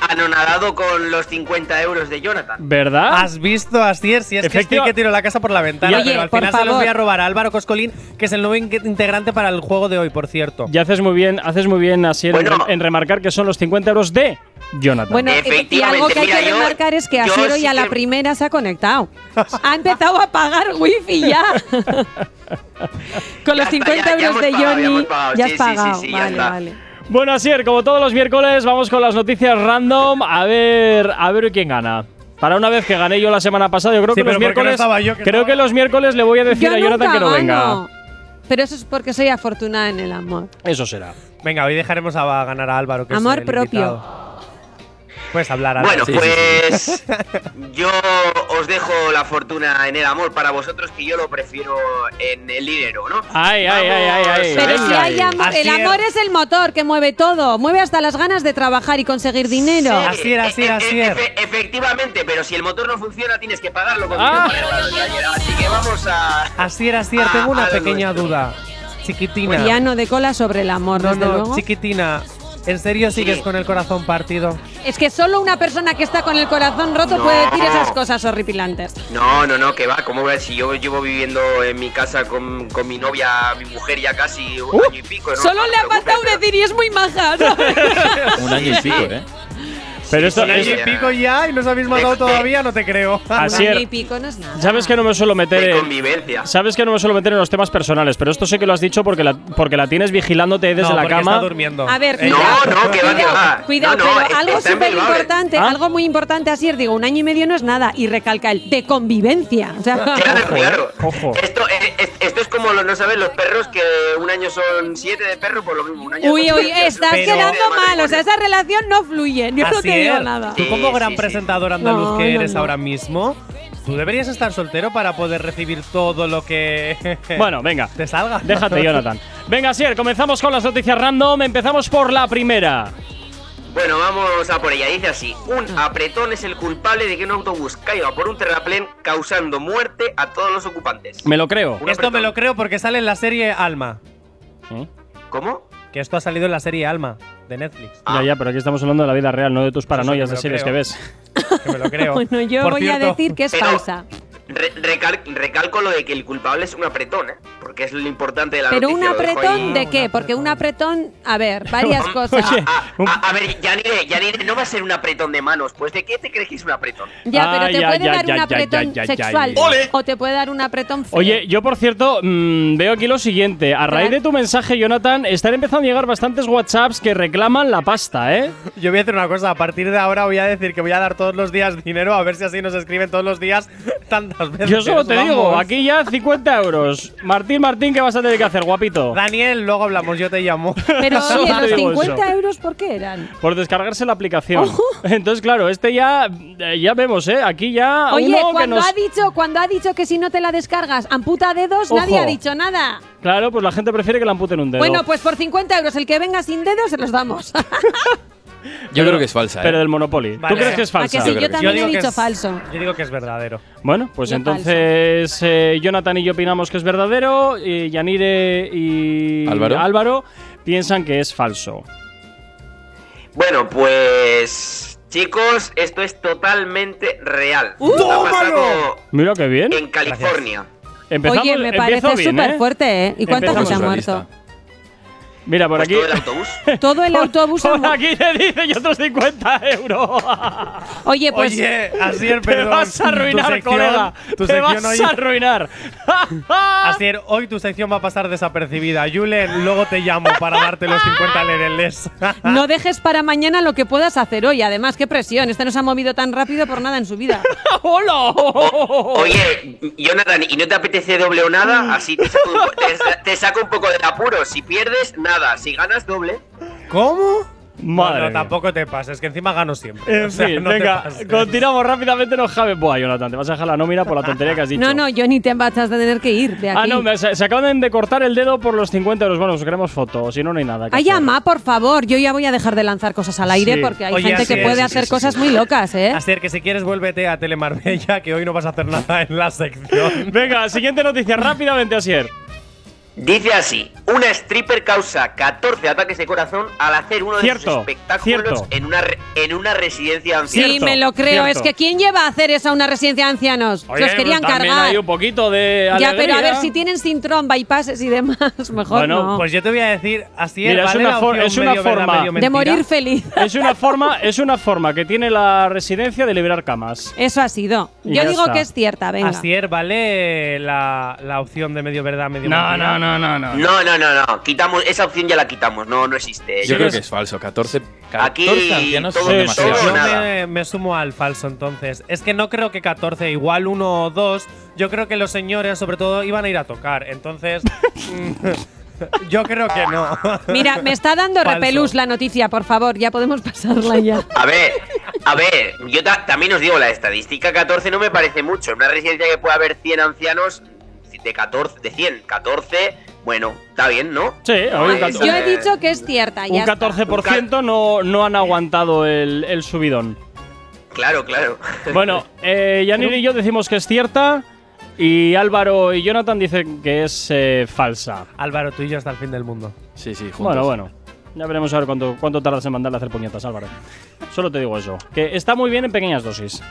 [SPEAKER 10] anonadado con los 50 euros de Jonathan.
[SPEAKER 2] ¿Verdad?
[SPEAKER 3] ¿Has visto, Asier? Si es que
[SPEAKER 2] Efectiva-
[SPEAKER 3] estoy que tiro la casa por la ventana,
[SPEAKER 4] Oye,
[SPEAKER 3] pero al
[SPEAKER 4] por
[SPEAKER 3] final se los voy a
[SPEAKER 4] favor.
[SPEAKER 3] robar a Álvaro Coscolín, que es el nuevo in- integrante para el juego de hoy, por cierto.
[SPEAKER 2] Ya haces muy bien, haces muy bien, Asier, en-
[SPEAKER 10] Bueno.
[SPEAKER 2] en, remarcar que son los 50 euros de Jonathan.
[SPEAKER 4] Bueno, eh, y algo que hay
[SPEAKER 10] Efectivamente,
[SPEAKER 4] que
[SPEAKER 10] mira, yo-
[SPEAKER 4] remarcar es que
[SPEAKER 10] yo
[SPEAKER 4] Asier hoy
[SPEAKER 10] sí
[SPEAKER 4] a la
[SPEAKER 10] que-
[SPEAKER 4] primera se ha conectado. Ha empezado a pagar wifi ya. Con los
[SPEAKER 10] Ya está,
[SPEAKER 4] 50
[SPEAKER 10] ya- ya
[SPEAKER 4] euros
[SPEAKER 10] hemos
[SPEAKER 4] de
[SPEAKER 10] pagado, ya
[SPEAKER 4] Johnny
[SPEAKER 10] hemos pagado.
[SPEAKER 4] ya
[SPEAKER 10] Sí,
[SPEAKER 4] has
[SPEAKER 10] sí, sí,
[SPEAKER 4] pagado.
[SPEAKER 10] sí, ya
[SPEAKER 4] Vale,
[SPEAKER 10] está.
[SPEAKER 4] vale.
[SPEAKER 2] Bueno, Asier, como todos los miércoles, vamos con las noticias random. A ver, a ver quién gana. Para una vez que gané yo la semana pasada, yo creo
[SPEAKER 3] Sí,
[SPEAKER 2] que los
[SPEAKER 3] pero ¿por qué no
[SPEAKER 2] miércoles.
[SPEAKER 3] estaba yo, que
[SPEAKER 2] creo
[SPEAKER 3] estaba-
[SPEAKER 2] que los miércoles le voy a decir
[SPEAKER 4] Yo
[SPEAKER 2] a Jonathan
[SPEAKER 4] nunca
[SPEAKER 2] que no
[SPEAKER 4] gano.
[SPEAKER 2] venga.
[SPEAKER 4] Pero eso es porque soy afortunada en el amor.
[SPEAKER 2] Eso será.
[SPEAKER 3] Venga, hoy dejaremos a ganar a Álvaro, que
[SPEAKER 4] Amor
[SPEAKER 3] es el
[SPEAKER 4] propio.
[SPEAKER 3] invitado. Puedes hablar, Álvaro.
[SPEAKER 10] Bueno,
[SPEAKER 9] sí, sí,
[SPEAKER 10] pues yo os dejo la fortuna en el amor para vosotros que yo lo prefiero en el dinero, ¿no?
[SPEAKER 2] Ay, ay, ay, ay, ay.
[SPEAKER 4] Pero si
[SPEAKER 2] Venga.
[SPEAKER 4] hay amor, el
[SPEAKER 3] Asier.
[SPEAKER 4] amor es el motor que mueve todo, mueve hasta las ganas de trabajar y conseguir dinero.
[SPEAKER 10] Sí,
[SPEAKER 3] Así era, así
[SPEAKER 10] e-
[SPEAKER 3] era,
[SPEAKER 10] e-
[SPEAKER 3] así era.
[SPEAKER 10] efe- efectivamente, pero si el motor no funciona tienes que pagarlo con
[SPEAKER 2] Ah.
[SPEAKER 10] 50 euros de ayer, Así que vamos a...
[SPEAKER 3] Así era, así era.
[SPEAKER 10] Ah,
[SPEAKER 3] Tengo una
[SPEAKER 10] algo
[SPEAKER 3] pequeña
[SPEAKER 10] esto.
[SPEAKER 3] duda. Chiquitina.
[SPEAKER 4] Piano de cola sobre el amor,
[SPEAKER 3] no,
[SPEAKER 4] desde
[SPEAKER 3] no,
[SPEAKER 4] luego.
[SPEAKER 3] chiquitina. ¿En serio sigues con el corazón partido?
[SPEAKER 4] Es que solo una persona que está con el corazón roto
[SPEAKER 10] No.
[SPEAKER 4] puede decir esas cosas horripilantes.
[SPEAKER 10] No, no, no, que va, ¿cómo va? Si yo llevo viviendo en mi casa con, con mi novia, mi mujer ya casi un año y pico. ¿no?
[SPEAKER 4] Solo
[SPEAKER 10] No
[SPEAKER 4] le
[SPEAKER 10] te
[SPEAKER 4] ha faltado
[SPEAKER 10] preocupes,
[SPEAKER 4] decir y es muy maja. ¿sabes?
[SPEAKER 9] Un año y pico, ¿eh?
[SPEAKER 2] Pero esto,
[SPEAKER 10] sí,
[SPEAKER 2] es-
[SPEAKER 10] sí.
[SPEAKER 3] ¿Y pico ya y no os habéis matado
[SPEAKER 10] matado
[SPEAKER 3] todavía?
[SPEAKER 10] todavía,
[SPEAKER 3] No te creo.
[SPEAKER 4] Un año y
[SPEAKER 2] Asier,
[SPEAKER 4] pico no es nada.
[SPEAKER 2] sabes que no me suelo meter
[SPEAKER 10] De
[SPEAKER 2] en,
[SPEAKER 10] convivencia.
[SPEAKER 2] Sabes que no me suelo meter en los temas personales, pero esto sé que lo has dicho porque la, porque la tienes vigilándote desde la cama.
[SPEAKER 3] está durmiendo. Eh,
[SPEAKER 4] A ver,
[SPEAKER 10] No,
[SPEAKER 4] cuidado.
[SPEAKER 10] no, que va, que va.
[SPEAKER 4] Cuidado,
[SPEAKER 10] No, no,
[SPEAKER 4] pero
[SPEAKER 10] es-
[SPEAKER 4] algo
[SPEAKER 10] está en
[SPEAKER 4] súper
[SPEAKER 10] Bilbao, ¿eh?
[SPEAKER 4] importante,
[SPEAKER 2] ¿Ah?
[SPEAKER 4] algo muy importante, Asier, digo, un año y medio no es nada. Y recalca el de convivencia. O sea,
[SPEAKER 10] Claro, claro.
[SPEAKER 2] ojo.
[SPEAKER 10] Esto, eh, es- esto es como, lo- no sabes, los perros que un año son siete de perro, por lo mismo. Un año
[SPEAKER 4] Uy,
[SPEAKER 10] son
[SPEAKER 4] uy,
[SPEAKER 10] siete.
[SPEAKER 4] estás
[SPEAKER 3] Pero-
[SPEAKER 4] quedando mal. O sea, esa relación no fluye. Yo no te digo
[SPEAKER 3] Asier,
[SPEAKER 4] nada.
[SPEAKER 3] Tú como
[SPEAKER 10] Sí,
[SPEAKER 3] gran
[SPEAKER 10] sí, sí.
[SPEAKER 3] presentador andaluz
[SPEAKER 4] No,
[SPEAKER 3] que
[SPEAKER 4] no,
[SPEAKER 3] eres
[SPEAKER 4] no.
[SPEAKER 3] ahora mismo, tú deberías estar soltero para poder recibir todo lo que
[SPEAKER 2] Bueno, venga.
[SPEAKER 3] te salga.
[SPEAKER 2] Déjate, Jonathan. Venga, Asier, comenzamos con las noticias random. Empezamos por la primera.
[SPEAKER 10] Bueno, vamos a por ella. Dice así: Un apretón es el culpable de que un autobús caiga por un terraplén causando muerte a todos los ocupantes.
[SPEAKER 2] Me lo creo.
[SPEAKER 10] Un
[SPEAKER 3] Esto me
[SPEAKER 10] apretón.
[SPEAKER 3] lo creo porque sale en la serie Alma.
[SPEAKER 2] ¿Eh?
[SPEAKER 10] ¿Cómo?
[SPEAKER 3] Que esto ha salido en la serie Alma de Netflix.
[SPEAKER 10] Ah.
[SPEAKER 2] Ya, ya, pero aquí estamos hablando de la vida real, no de tus paranoias
[SPEAKER 3] me
[SPEAKER 2] de
[SPEAKER 3] lo
[SPEAKER 2] series
[SPEAKER 3] creo.
[SPEAKER 2] que ves.
[SPEAKER 3] Que me lo creo.
[SPEAKER 4] Bueno, yo
[SPEAKER 3] Por
[SPEAKER 4] voy a
[SPEAKER 3] cierto,
[SPEAKER 4] decir que es
[SPEAKER 10] Pero-
[SPEAKER 4] falsa.
[SPEAKER 10] Re- recal- recalco lo de que el culpable es un apretón, ¿eh? Porque es lo importante de la
[SPEAKER 4] Pero un
[SPEAKER 10] noticia, lo dejo ahí.
[SPEAKER 4] apretón de qué? Porque un apretón, a ver, varias cosas.
[SPEAKER 2] Oye.
[SPEAKER 10] Ah, ah, a ver, Yanire, Yanire, no va a ser un apretón de manos. Pues, ¿de qué te crees que es un apretón?
[SPEAKER 4] Ya, pero
[SPEAKER 2] Ah,
[SPEAKER 4] te
[SPEAKER 2] ya,
[SPEAKER 4] puede
[SPEAKER 2] ya,
[SPEAKER 4] dar
[SPEAKER 2] ya,
[SPEAKER 4] un
[SPEAKER 2] ya,
[SPEAKER 4] apretón
[SPEAKER 2] ya, ya, ya.
[SPEAKER 4] sexual
[SPEAKER 2] ¡Ole!
[SPEAKER 4] o te puede dar un apretón feo.
[SPEAKER 2] Oye, yo por cierto, mm, veo aquí lo siguiente. A raíz
[SPEAKER 4] Claro.
[SPEAKER 2] de tu mensaje, Jonathan, están empezando a llegar bastantes WhatsApps que reclaman la pasta, ¿eh?
[SPEAKER 3] Yo voy a hacer una cosa. A partir de ahora voy a decir que voy a dar todos los días dinero a ver si así nos escriben todos los días tantas veces.
[SPEAKER 2] Yo solo te digo,
[SPEAKER 3] Vamos.
[SPEAKER 2] aquí ya 50 euros. Martín, Martín, ¿qué vas a tener que hacer, guapito?
[SPEAKER 3] Daniel, luego hablamos, yo te llamo.
[SPEAKER 4] pero
[SPEAKER 2] solo
[SPEAKER 4] oye,
[SPEAKER 2] te
[SPEAKER 4] los
[SPEAKER 2] digo
[SPEAKER 4] 50
[SPEAKER 2] eso.
[SPEAKER 4] euros, ¿por qué eran?
[SPEAKER 2] Por descargarse la aplicación.
[SPEAKER 3] Oh.
[SPEAKER 2] Entonces, claro, este ya, eh, ya vemos, ¿eh? Aquí ya
[SPEAKER 4] Oye,
[SPEAKER 2] uno que
[SPEAKER 4] cuando
[SPEAKER 2] nos...
[SPEAKER 4] ha dicho, cuando ha dicho que si no te la descargas, amputa dedos,
[SPEAKER 2] Ojo.
[SPEAKER 4] nadie ha dicho nada.
[SPEAKER 2] Claro, pues la gente prefiere que la amputen un dedo.
[SPEAKER 4] Bueno, pues por 50 euros el que venga sin dedos se los damos.
[SPEAKER 9] Yo creo que es falsa,
[SPEAKER 2] Pero
[SPEAKER 9] ¿eh?
[SPEAKER 2] del Monopoly.
[SPEAKER 3] Vale.
[SPEAKER 2] ¿Tú crees que es
[SPEAKER 4] ¿A que
[SPEAKER 2] falsa?
[SPEAKER 4] sí?
[SPEAKER 9] Yo
[SPEAKER 4] Yo
[SPEAKER 9] creo que
[SPEAKER 4] también he
[SPEAKER 3] que
[SPEAKER 4] dicho
[SPEAKER 3] es-
[SPEAKER 4] falso.
[SPEAKER 3] Yo digo que es verdadero.
[SPEAKER 2] Bueno, pues
[SPEAKER 4] Yo
[SPEAKER 2] entonces eh, Jonathan y yo opinamos que es verdadero, y Yanire y
[SPEAKER 9] Álvaro.
[SPEAKER 2] piensan que es falso.
[SPEAKER 10] Bueno, pues. Chicos, esto es totalmente real. Ha pasado
[SPEAKER 2] Mira qué bien.
[SPEAKER 10] en California.
[SPEAKER 2] Empezamos,
[SPEAKER 4] Oye, me
[SPEAKER 2] empiezo
[SPEAKER 4] parece
[SPEAKER 2] bien,
[SPEAKER 4] súper
[SPEAKER 2] ¿eh?
[SPEAKER 4] fuerte, ¿eh? ¿Y cuánta
[SPEAKER 2] Empezamos
[SPEAKER 4] gente ha
[SPEAKER 9] la
[SPEAKER 4] muerto?
[SPEAKER 9] lista.
[SPEAKER 2] Mira, por
[SPEAKER 10] Pues
[SPEAKER 2] aquí.
[SPEAKER 10] todo el autobús.
[SPEAKER 4] Todo el autobús.
[SPEAKER 2] Por aquí te dice y otros 50 euros.
[SPEAKER 4] Oye, pues.
[SPEAKER 3] Oye, Asier,
[SPEAKER 2] Te
[SPEAKER 3] perdón.
[SPEAKER 2] vas a
[SPEAKER 3] Tu
[SPEAKER 2] arruinar,
[SPEAKER 3] sección-
[SPEAKER 2] colega.
[SPEAKER 3] tu
[SPEAKER 2] Te
[SPEAKER 3] sección
[SPEAKER 2] vas
[SPEAKER 3] hoy-
[SPEAKER 2] a arruinar.
[SPEAKER 3] Asier, hoy tu sección va a pasar desapercibida. Julen, luego te llamo para darte los 50 lereles.
[SPEAKER 4] No dejes para mañana lo que puedas hacer hoy. Además, qué presión. Este no se ha movido tan rápido por nada en su vida.
[SPEAKER 2] ¡Hola!
[SPEAKER 10] Oye, Jonathan, ¿y no te apetece doble o nada? Así te saco, un, po- te sa- te saco un poco del apuro. Si pierdes, nada. Si ganas, doble.
[SPEAKER 3] ¿Cómo?
[SPEAKER 2] Madre
[SPEAKER 3] No,
[SPEAKER 2] mía.
[SPEAKER 3] no, tampoco te pases, que encima gano siempre.
[SPEAKER 2] En
[SPEAKER 3] O sea,
[SPEAKER 2] fin,
[SPEAKER 3] no te
[SPEAKER 2] venga,
[SPEAKER 3] pases.
[SPEAKER 2] continuamos rápidamente. Nos Javes. Buah, Jonathan, te vas a dejar la nómina por la tontería que has dicho.
[SPEAKER 4] No, no, yo ni te vas a tener que ir de aquí.
[SPEAKER 2] Ah, no, me- se, se acaban de cortar el dedo por los 50 euros. Bueno, os queremos fotos, si no, no hay nada. que
[SPEAKER 4] Ay,
[SPEAKER 2] hacer.
[SPEAKER 4] ama, por favor. Yo ya voy a dejar de lanzar cosas al aire
[SPEAKER 3] Sí.
[SPEAKER 4] porque hay
[SPEAKER 3] Oye,
[SPEAKER 4] gente
[SPEAKER 3] así
[SPEAKER 4] que
[SPEAKER 3] es,
[SPEAKER 4] puede
[SPEAKER 3] sí,
[SPEAKER 4] hacer
[SPEAKER 3] sí, sí,
[SPEAKER 4] cosas
[SPEAKER 3] sí.
[SPEAKER 4] muy locas, ¿eh?
[SPEAKER 3] Asier, que si quieres vuélvete a Telemarbella, que hoy no vas a hacer nada en la sección.
[SPEAKER 2] Venga, siguiente noticia, rápidamente, Asier.
[SPEAKER 10] Dice así: Una stripper causa 14 ataques de corazón al hacer uno de
[SPEAKER 2] Cierto,
[SPEAKER 10] sus espectáculos
[SPEAKER 2] cierto.
[SPEAKER 10] En, una re- en una residencia
[SPEAKER 4] Sí,
[SPEAKER 10] anciana.
[SPEAKER 4] me lo creo.
[SPEAKER 2] cierto.
[SPEAKER 4] Es que ¿quién lleva a hacer eso a una residencia de ancianos?
[SPEAKER 2] Oye,
[SPEAKER 4] Los querían
[SPEAKER 2] pues también
[SPEAKER 4] cargar.
[SPEAKER 2] Hay un poquito de.
[SPEAKER 4] Ya, pero a ver
[SPEAKER 2] alegría.
[SPEAKER 4] si tienen sintrón, bypasses y demás. Mejor
[SPEAKER 2] Bueno,
[SPEAKER 4] no.
[SPEAKER 3] Pues yo te voy a decir, Asier,
[SPEAKER 2] Mira, es
[SPEAKER 3] ¿vale
[SPEAKER 2] una
[SPEAKER 3] la
[SPEAKER 2] for-
[SPEAKER 3] opción
[SPEAKER 2] es una
[SPEAKER 3] medio verdad,
[SPEAKER 2] forma
[SPEAKER 3] medio
[SPEAKER 4] de
[SPEAKER 3] mentira?
[SPEAKER 4] morir feliz.
[SPEAKER 2] Es una forma, es una forma que tiene la residencia de liberar camas.
[SPEAKER 4] Eso ha sido.
[SPEAKER 2] Y
[SPEAKER 4] Yo
[SPEAKER 2] ya
[SPEAKER 4] digo
[SPEAKER 2] está.
[SPEAKER 4] que es cierta, venga.
[SPEAKER 3] Asier, ¿vale la, la opción de medio verdad, medio
[SPEAKER 2] no,
[SPEAKER 3] mentira?
[SPEAKER 2] no,
[SPEAKER 10] No, no, no, no. Quitamos, esa opción ya la quitamos. No, no existe.
[SPEAKER 9] Yo creo
[SPEAKER 2] es-
[SPEAKER 9] que es falso. 14, 14
[SPEAKER 10] Aquí
[SPEAKER 9] ancianos
[SPEAKER 10] todo
[SPEAKER 9] son
[SPEAKER 2] es-
[SPEAKER 9] demasiados.
[SPEAKER 10] todo
[SPEAKER 3] Pues Yo
[SPEAKER 10] o nada.
[SPEAKER 3] me, me sumo al falso entonces. Es que no creo que 14, igual uno o dos. Yo creo que los señores, sobre todo, iban a ir a tocar. Entonces, mm, yo creo que no.
[SPEAKER 4] Mira, me está dando
[SPEAKER 3] Falso.
[SPEAKER 4] repelús la noticia, por favor. Ya podemos pasarla ya.
[SPEAKER 10] A ver, a ver, yo ta- también os digo, la estadística 14 no me parece mucho. En una residencia que puede haber 100 ancianos, de 14, de 100, 14, bueno, está bien, ¿no?
[SPEAKER 2] Sí, a ver, un
[SPEAKER 10] Eh,
[SPEAKER 2] catorce.
[SPEAKER 4] Yo he dicho que es cierta.
[SPEAKER 2] Un
[SPEAKER 4] ya está.
[SPEAKER 2] 14% no, no han aguantado el, el subidón.
[SPEAKER 10] Claro, claro.
[SPEAKER 2] Bueno, eh, Yanir y yo decimos que es cierta. Y Álvaro y Jonathan dicen que es eh, falsa.
[SPEAKER 3] Álvaro, tú y yo hasta el fin del mundo.
[SPEAKER 9] Sí, sí, juntos.
[SPEAKER 2] Bueno, bueno. Ya veremos a ver cuánto, cuánto tardas en mandarle a hacer puñetas, Álvaro. Solo te digo eso. Que está muy bien en pequeñas dosis.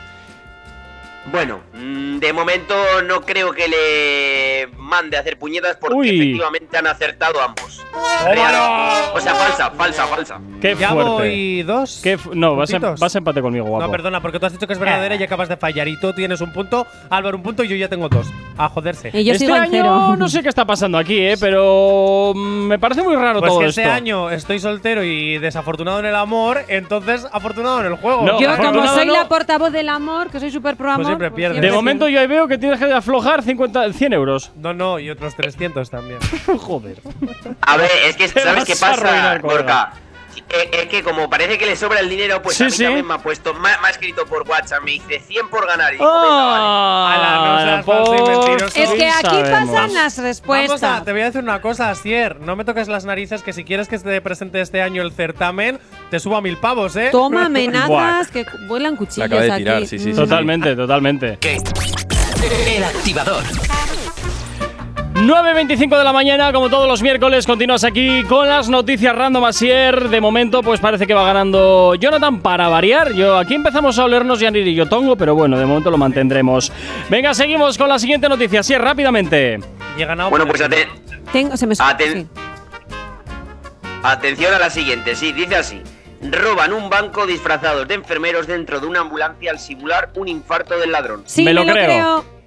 [SPEAKER 10] Bueno, mm, de momento no creo que le mande a hacer puñetas porque
[SPEAKER 2] Uy.
[SPEAKER 10] efectivamente han acertado ambos. O sea, falsa, falsa, falsa.
[SPEAKER 2] Qué
[SPEAKER 3] Ya
[SPEAKER 2] fuerte.
[SPEAKER 3] voy dos.
[SPEAKER 2] Qué fu- no, vas, a-
[SPEAKER 3] puntitos.
[SPEAKER 2] vas a empate conmigo, guapo.
[SPEAKER 3] No, perdona, porque tú has dicho que es verdadera
[SPEAKER 4] Eh.
[SPEAKER 3] y acabas de fallar. Y tú tienes un punto, Álvaro un punto y yo ya tengo dos. A joderse.
[SPEAKER 4] Y yo
[SPEAKER 2] este
[SPEAKER 4] sigo en
[SPEAKER 2] año
[SPEAKER 4] cero.
[SPEAKER 2] no sé qué está pasando aquí, eh, pero mm, me parece muy raro
[SPEAKER 3] Pues
[SPEAKER 2] todo
[SPEAKER 3] que este
[SPEAKER 2] esto.
[SPEAKER 3] año estoy soltero y desafortunado en el amor, entonces afortunado en el juego.
[SPEAKER 2] No,
[SPEAKER 4] Yo, como
[SPEAKER 2] afortunado
[SPEAKER 4] soy
[SPEAKER 2] no.
[SPEAKER 4] la portavoz del amor, que soy súper pro
[SPEAKER 3] Pues
[SPEAKER 4] amor.
[SPEAKER 3] siempre pierdes.
[SPEAKER 2] de momento yo ahí veo que tienes que aflojar 50, 100 euros.
[SPEAKER 3] No, no, y otros 300 también.
[SPEAKER 2] Joder.
[SPEAKER 10] A ver, es que
[SPEAKER 2] Te
[SPEAKER 10] ¿sabes
[SPEAKER 2] vas
[SPEAKER 10] qué
[SPEAKER 2] a
[SPEAKER 10] pasa,
[SPEAKER 2] arruinar, colega.
[SPEAKER 10] Gorka? Eh, Es que como parece que le sobra el dinero, pues
[SPEAKER 2] Sí,
[SPEAKER 10] a mí
[SPEAKER 2] sí.
[SPEAKER 10] también me ha puesto, me ha, me ha escrito por WhatsApp, me dice 100 por ganar. Y digo, venga, vale.
[SPEAKER 2] Ah,
[SPEAKER 3] Ala, no seas falso y
[SPEAKER 2] por
[SPEAKER 3] mentiroso.
[SPEAKER 4] Es que
[SPEAKER 2] fin
[SPEAKER 4] aquí
[SPEAKER 2] sabemos.
[SPEAKER 4] pasan las
[SPEAKER 3] Vamos a,
[SPEAKER 4] respuestas.
[SPEAKER 3] te voy a decir una cosa, Asier. No me toques las narices, que si quieres que te presente este año el certamen, te subo a mil pavos, ¿eh?
[SPEAKER 4] Toma amenazas que vuelan cuchillos
[SPEAKER 9] acaba de
[SPEAKER 4] aquí.
[SPEAKER 9] tirar, sí, sí,
[SPEAKER 4] Mm.
[SPEAKER 9] sí.
[SPEAKER 2] Totalmente, totalmente.
[SPEAKER 1] El activador.
[SPEAKER 2] 9.25 de la mañana, como todos los miércoles, continúas aquí con las noticias random Asier. De momento, pues parece que va ganando Jonathan para variar. Yo Aquí empezamos a olernos Yanir y yo tongo, pero bueno, de momento lo mantendremos. Venga, seguimos con la siguiente noticia, Asier, rápidamente.
[SPEAKER 3] Y he ganado
[SPEAKER 10] Bueno,
[SPEAKER 3] por
[SPEAKER 10] pues
[SPEAKER 3] el-
[SPEAKER 10] aten-
[SPEAKER 4] Tengo, se me
[SPEAKER 10] Ah,
[SPEAKER 4] sube,
[SPEAKER 10] ten-
[SPEAKER 4] sí.
[SPEAKER 10] atención a la siguiente, sí, dice así. Roban un banco disfrazados de enfermeros dentro de una ambulancia al simular un infarto del ladrón.
[SPEAKER 4] Sí,
[SPEAKER 2] Me
[SPEAKER 4] me
[SPEAKER 2] lo
[SPEAKER 4] lo,
[SPEAKER 2] creo.
[SPEAKER 4] creo.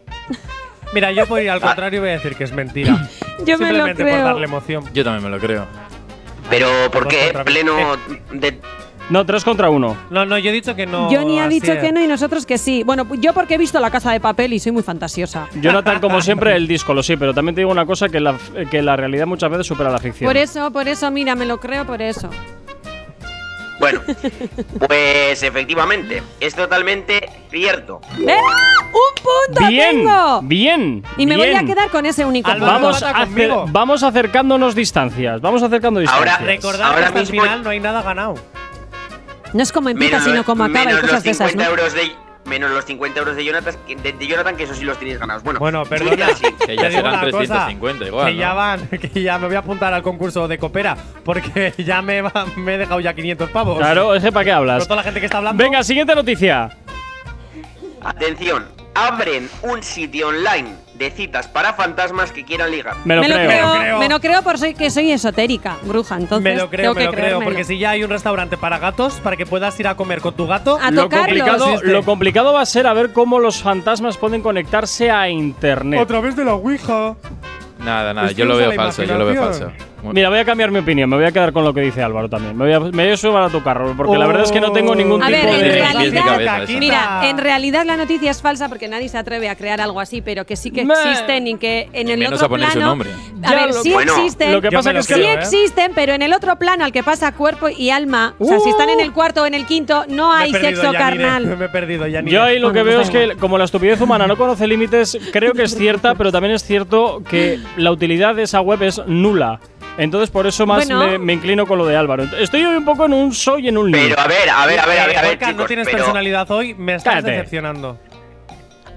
[SPEAKER 3] Mira, yo por ir
[SPEAKER 10] Ah.
[SPEAKER 3] al contrario voy a decir que es mentira.
[SPEAKER 4] Yo me lo
[SPEAKER 3] Simplemente por
[SPEAKER 4] creo.
[SPEAKER 3] darle emoción.
[SPEAKER 9] Yo también me lo creo.
[SPEAKER 10] Pero ¿por
[SPEAKER 3] Dos
[SPEAKER 10] qué?
[SPEAKER 3] contra mí.
[SPEAKER 10] Pleno
[SPEAKER 2] Eh.
[SPEAKER 10] de...
[SPEAKER 2] No, 3 contra 1.
[SPEAKER 3] No, no, yo he dicho que no.
[SPEAKER 4] Yo ni ha dicho
[SPEAKER 3] Asier.
[SPEAKER 4] que no y nosotros que sí. Bueno, yo porque he visto la casa de papel y soy muy fantasiosa.
[SPEAKER 2] Jonathan, como siempre, el disco lo sí, pero también te digo una cosa, que la, que la realidad muchas veces supera la ficción.
[SPEAKER 4] Por eso, por eso, mira, me lo creo por eso.
[SPEAKER 10] Bueno, pues efectivamente, es totalmente cierto.
[SPEAKER 4] ¡Eh! ¡Un punto
[SPEAKER 2] bien,
[SPEAKER 4] tengo!
[SPEAKER 2] bien.
[SPEAKER 4] Y me voy
[SPEAKER 2] bien.
[SPEAKER 4] a quedar con ese único
[SPEAKER 3] Álvaro,
[SPEAKER 4] punto.
[SPEAKER 2] Vamos,
[SPEAKER 3] Bata
[SPEAKER 2] acer-
[SPEAKER 3] conmigo.
[SPEAKER 2] vamos acercándonos distancias. Vamos acercando
[SPEAKER 10] Ahora,
[SPEAKER 2] distancias.
[SPEAKER 3] Recordad
[SPEAKER 10] Ahora
[SPEAKER 3] que hasta
[SPEAKER 10] mismo-
[SPEAKER 3] el final no hay nada ganado.
[SPEAKER 4] No es como empieza, sino como acaba y
[SPEAKER 10] menos
[SPEAKER 4] cosas
[SPEAKER 10] los
[SPEAKER 4] de esas,
[SPEAKER 10] 50
[SPEAKER 4] ¿no?
[SPEAKER 10] euros de menos los 50 euros de Jonathan, que- de, de Jonathan, que eso sí los tenéis ganados. Bueno,
[SPEAKER 3] Bueno, perdona.
[SPEAKER 10] dice así.
[SPEAKER 9] Que ya
[SPEAKER 3] Te digo
[SPEAKER 9] serán
[SPEAKER 3] una cosa,
[SPEAKER 9] 350 igual,
[SPEAKER 3] Que ya
[SPEAKER 9] ¿no?
[SPEAKER 3] van, que ya me voy a apuntar al concurso de Copera, porque ya me, va- me he dejado ya 500 pavos.
[SPEAKER 2] Claro, es que ¿para qué
[SPEAKER 3] Con
[SPEAKER 2] hablas?
[SPEAKER 3] toda la gente que está hablando.
[SPEAKER 2] Venga, siguiente noticia.
[SPEAKER 10] Atención, abren un sitio online de de citas para fantasmas que quieran ligar.
[SPEAKER 2] Me lo
[SPEAKER 4] me,
[SPEAKER 2] creo. Me
[SPEAKER 4] Lo creo,
[SPEAKER 2] lo creo.
[SPEAKER 4] me lo creo por soy, que soy esotérica, bruja. Entonces
[SPEAKER 3] Me lo creo,
[SPEAKER 4] tengo
[SPEAKER 3] me
[SPEAKER 4] que
[SPEAKER 3] lo creo,
[SPEAKER 4] creérmelo.
[SPEAKER 3] porque si ya hay un restaurante para gatos, para que puedas ir a comer con tu gato,
[SPEAKER 4] A
[SPEAKER 2] Lo
[SPEAKER 4] tocarlos.
[SPEAKER 2] complicado,
[SPEAKER 4] Existe.
[SPEAKER 2] lo complicado va a ser a ver cómo los fantasmas pueden conectarse a internet.
[SPEAKER 3] a través de la Ouija.
[SPEAKER 9] Nada, nada,
[SPEAKER 3] Es
[SPEAKER 9] yo
[SPEAKER 3] que
[SPEAKER 9] lo
[SPEAKER 3] usa la
[SPEAKER 9] veo falso, yo lo veo falso.
[SPEAKER 3] imaginación.
[SPEAKER 2] Mira, voy a cambiar mi opinión, me voy a quedar con lo que dice Álvaro también. Me voy a, me voy a subir a tu carro, porque la verdad es que no tengo ningún
[SPEAKER 4] Oh. A
[SPEAKER 2] tipo
[SPEAKER 4] ver,
[SPEAKER 2] de.
[SPEAKER 4] en
[SPEAKER 9] pies de
[SPEAKER 4] realidad,
[SPEAKER 9] cabeza esa.
[SPEAKER 4] mira, en realidad la noticia es falsa porque nadie se atreve a crear algo así, pero que sí que
[SPEAKER 2] Me-
[SPEAKER 4] existen y que en el
[SPEAKER 9] menos
[SPEAKER 4] otro
[SPEAKER 9] a poner su
[SPEAKER 4] plano,
[SPEAKER 9] nombre.
[SPEAKER 4] A
[SPEAKER 2] Ya
[SPEAKER 4] ver,
[SPEAKER 2] lo-
[SPEAKER 4] sí
[SPEAKER 2] Bueno,
[SPEAKER 4] existen.
[SPEAKER 2] lo que
[SPEAKER 3] Yo
[SPEAKER 2] pasa
[SPEAKER 3] me
[SPEAKER 2] que
[SPEAKER 3] lo
[SPEAKER 2] es que
[SPEAKER 4] Sí
[SPEAKER 3] creo, ¿eh?
[SPEAKER 4] existen, pero en el otro plano al que pasa cuerpo y alma, o sea, si están en el cuarto o en el quinto, no
[SPEAKER 3] Me he
[SPEAKER 4] hay
[SPEAKER 3] perdido,
[SPEAKER 4] sexo
[SPEAKER 3] Yanire,
[SPEAKER 4] carnal.
[SPEAKER 3] Me he perdido, ya
[SPEAKER 2] Yo ahí lo que
[SPEAKER 4] Bueno,
[SPEAKER 2] veo
[SPEAKER 4] pues
[SPEAKER 2] es
[SPEAKER 4] da
[SPEAKER 2] que, como la estupidez humana no conoce límites, creo que es cierta, pero también es cierto que la utilidad de esa web es nula. Entonces, por eso más
[SPEAKER 4] Bueno.
[SPEAKER 2] me, me inclino con lo de Álvaro. Estoy hoy un poco en un soy en un lío.
[SPEAKER 10] Pero a ver, a ver, a ver, a ver, a ver,
[SPEAKER 3] Eh, no
[SPEAKER 10] chicos,
[SPEAKER 3] tienes
[SPEAKER 10] pero
[SPEAKER 3] personalidad hoy, me estás
[SPEAKER 2] Cállate.
[SPEAKER 3] decepcionando.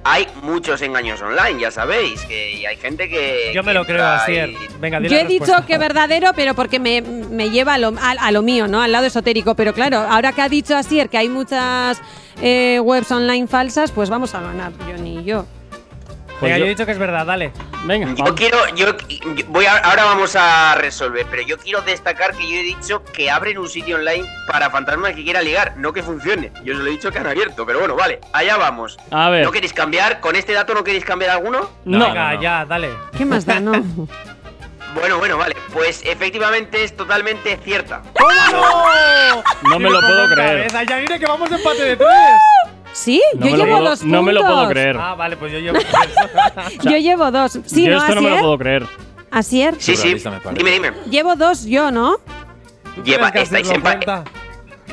[SPEAKER 10] hay muchos engaños online, ya sabéis, que y hay gente que
[SPEAKER 3] Yo me
[SPEAKER 10] que
[SPEAKER 3] lo creo,
[SPEAKER 10] entra
[SPEAKER 3] Asier.
[SPEAKER 10] y-
[SPEAKER 3] Venga, di
[SPEAKER 4] Yo
[SPEAKER 3] la
[SPEAKER 4] he dicho
[SPEAKER 3] respuesta.
[SPEAKER 4] que verdadero, pero porque me, me lleva a lo, a- a lo mío, ¿no? Al lado esotérico. Pero claro, ahora que ha dicho Asier que hay muchas eh, webs online falsas, pues vamos a ganar, yo ni yo.
[SPEAKER 2] Pues
[SPEAKER 3] Venga,
[SPEAKER 2] yo-
[SPEAKER 3] yo he dicho que es verdad, dale.
[SPEAKER 2] Venga,
[SPEAKER 10] Yo
[SPEAKER 2] vamos.
[SPEAKER 10] quiero, yo, yo- voy a- ahora vamos a resolver, pero yo quiero destacar que yo he dicho que abren un sitio online para fantasmas que quiera ligar, no que funcione. Yo os lo he dicho que han abierto, pero bueno, vale, allá vamos.
[SPEAKER 2] A ver.
[SPEAKER 10] ¿No queréis cambiar? ¿Con este dato no queréis cambiar alguno?
[SPEAKER 2] No.
[SPEAKER 3] Venga, ya, dale.
[SPEAKER 4] ¿Qué más da, no?
[SPEAKER 10] Bueno, bueno, vale. Pues efectivamente es totalmente cierta.
[SPEAKER 2] No me lo puedo creer.
[SPEAKER 3] Cabeza, Yanire, que vamos de empate de tres.
[SPEAKER 4] ¿Sí?
[SPEAKER 2] No
[SPEAKER 4] yo
[SPEAKER 2] me lo
[SPEAKER 4] llevo
[SPEAKER 2] puedo-
[SPEAKER 4] dos puntos.
[SPEAKER 2] No me lo puedo creer.
[SPEAKER 3] ah, vale, pues yo llevo tres.
[SPEAKER 4] Yo llevo dos. Sí,
[SPEAKER 2] yo
[SPEAKER 4] ¿no,
[SPEAKER 2] esto no me lo
[SPEAKER 4] Asier?
[SPEAKER 2] puedo creer.
[SPEAKER 4] Asier.
[SPEAKER 10] Sí, sí.
[SPEAKER 9] Surrealista me parece.
[SPEAKER 10] Dime, dime.
[SPEAKER 4] Llevo dos yo, ¿no?
[SPEAKER 3] ¿Tú
[SPEAKER 10] Lleva,
[SPEAKER 3] crees que
[SPEAKER 10] estáis
[SPEAKER 3] hacerlo
[SPEAKER 10] en pa-
[SPEAKER 3] cuenta?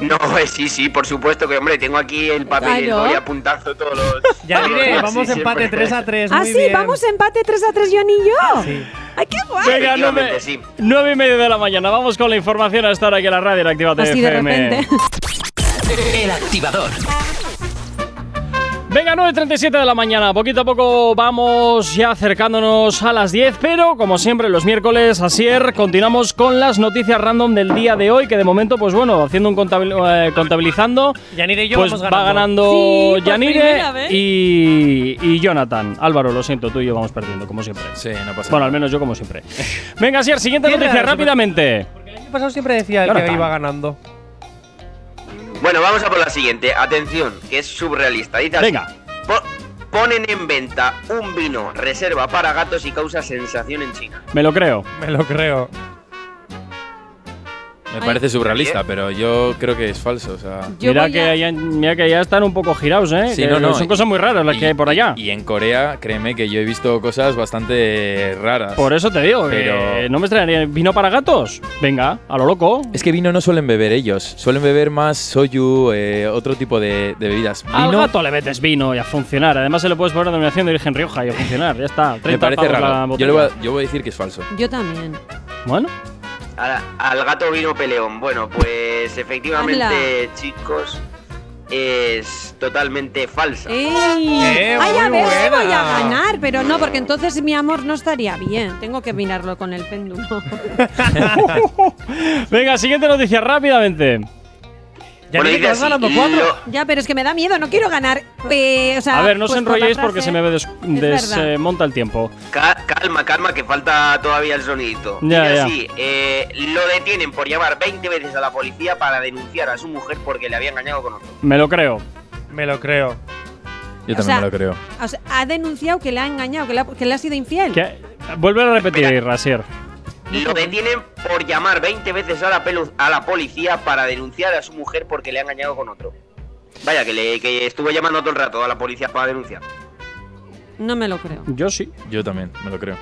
[SPEAKER 10] No, eh, sí, sí, por supuesto que, hombre, tengo aquí el papel y
[SPEAKER 4] Claro.
[SPEAKER 10] voy apuntando todos los. todos
[SPEAKER 3] Yanire,
[SPEAKER 10] los-
[SPEAKER 3] vamos
[SPEAKER 10] sí,
[SPEAKER 3] empate
[SPEAKER 10] siempre.
[SPEAKER 3] 3 a 3.
[SPEAKER 4] ah,
[SPEAKER 3] muy
[SPEAKER 4] sí,
[SPEAKER 3] bien.
[SPEAKER 4] vamos empate 3 a 3, yo ni yo. ¡Ay, qué guay!
[SPEAKER 2] Venga, nueve,
[SPEAKER 10] Efectivamente, sí.
[SPEAKER 2] nueve y media de la mañana. Vamos con la información hasta ahora que la radio activa
[SPEAKER 4] Así de repente.
[SPEAKER 1] El activador.
[SPEAKER 2] Venga, 9.37 de la mañana. Poquito a poco vamos ya acercándonos a las 10, pero como siempre los miércoles, Asier, continuamos con las noticias random del día de hoy, que de momento, pues bueno, haciendo un contabil- eh, contabilizando,
[SPEAKER 3] Yanire y yo
[SPEAKER 2] pues
[SPEAKER 3] vamos
[SPEAKER 2] va
[SPEAKER 4] Sí,
[SPEAKER 2] ganando
[SPEAKER 4] por
[SPEAKER 2] Yanire
[SPEAKER 4] primera vez.
[SPEAKER 2] y, y Jonathan. Álvaro, lo siento, tú y yo vamos perdiendo, como siempre.
[SPEAKER 9] Sí, no pasa
[SPEAKER 2] Bueno,
[SPEAKER 9] nada.
[SPEAKER 2] al menos yo como siempre. Venga, Asier, siguiente
[SPEAKER 3] Cierra
[SPEAKER 2] noticia,
[SPEAKER 3] eso,
[SPEAKER 2] rápidamente.
[SPEAKER 3] El año pasado siempre decía el que
[SPEAKER 2] Jonathan.
[SPEAKER 3] iba ganando.
[SPEAKER 10] Bueno, vamos a por la siguiente. Atención, que es surrealista. Dice así.
[SPEAKER 2] Venga.
[SPEAKER 10] Po- ponen en venta un vino reserva para gatos y causa sensación en China.
[SPEAKER 2] Me lo creo.
[SPEAKER 3] Me lo creo.
[SPEAKER 9] Me parece surrealista, pero yo creo que es falso. O sea,
[SPEAKER 4] Yo
[SPEAKER 2] mira,
[SPEAKER 4] voy
[SPEAKER 2] que
[SPEAKER 4] a-
[SPEAKER 2] allá- mira que allá están un poco girados, ¿eh?
[SPEAKER 9] Sí,
[SPEAKER 2] Que
[SPEAKER 9] no, no,
[SPEAKER 2] Son
[SPEAKER 9] y-
[SPEAKER 2] cosas muy raras las
[SPEAKER 9] y-
[SPEAKER 2] que hay por allá.
[SPEAKER 9] Y, y en Corea, créeme que yo he visto cosas bastante raras.
[SPEAKER 2] Por eso te digo, que
[SPEAKER 9] Pero-
[SPEAKER 2] no me extrañaría. ¿Vino para gatos? Venga, a lo loco.
[SPEAKER 9] Es que vino no suelen beber ellos, suelen beber más soju, eh, otro tipo de, de bebidas.
[SPEAKER 2] Al
[SPEAKER 9] Vino,
[SPEAKER 2] gato le metes vino y a funcionar. Además, se le puedes poner denominación de origen Rioja y a funcionar. Ya está. 30
[SPEAKER 9] me parece
[SPEAKER 2] pavos la
[SPEAKER 9] raro. Yo,
[SPEAKER 2] botella.
[SPEAKER 9] le voy a, yo voy a decir que es falso.
[SPEAKER 4] Yo también.
[SPEAKER 2] Bueno,
[SPEAKER 10] Al, al gato vino peleón. Bueno, pues efectivamente, chicos, es totalmente falsa.
[SPEAKER 4] ¡Ey!
[SPEAKER 3] Eh,
[SPEAKER 4] ¡Ay, a
[SPEAKER 3] muy
[SPEAKER 4] ver si
[SPEAKER 3] buena.
[SPEAKER 4] voy a ganar! Pero no, porque entonces mi amor no estaría bien. Tengo que mirarlo con el péndulo.
[SPEAKER 2] venga, siguiente noticia rápidamente.
[SPEAKER 10] Bueno,
[SPEAKER 3] Yanire,
[SPEAKER 10] dice
[SPEAKER 3] que vas
[SPEAKER 10] así,
[SPEAKER 3] ganando 4.
[SPEAKER 10] lo-
[SPEAKER 4] ya, pero es que me da miedo, no quiero ganar. Eh, o sea,
[SPEAKER 2] A ver, no os
[SPEAKER 4] pues por la
[SPEAKER 2] enrolléis
[SPEAKER 4] frase-
[SPEAKER 2] porque se me des-
[SPEAKER 4] verdad.
[SPEAKER 2] desmonta el tiempo.
[SPEAKER 10] Ca- calma, calma, que falta todavía el sonidito.
[SPEAKER 2] Ya,
[SPEAKER 10] Dice
[SPEAKER 2] ya.
[SPEAKER 10] así, eh, lo detienen por llamar 20 veces a la policía para denunciar a su mujer porque le había engañado con otro.
[SPEAKER 2] Me lo creo.
[SPEAKER 3] Me lo creo.
[SPEAKER 9] Yo
[SPEAKER 4] O
[SPEAKER 9] también
[SPEAKER 4] sea,
[SPEAKER 9] me lo creo.
[SPEAKER 4] O sea, ha denunciado que le ha engañado, que le ha, que le ha sido infiel.
[SPEAKER 2] ¿Qué? Vuelve a repetir,
[SPEAKER 10] Mira.
[SPEAKER 2] Rasier.
[SPEAKER 10] Lo detienen por llamar 20 veces a la, pelu- a la policía para denunciar a su mujer porque le ha engañado con otro. Vaya, que, le, que estuvo llamando todo el rato a la policía para denunciar.
[SPEAKER 4] No me lo creo.
[SPEAKER 2] Yo sí.
[SPEAKER 9] Yo también me lo creo.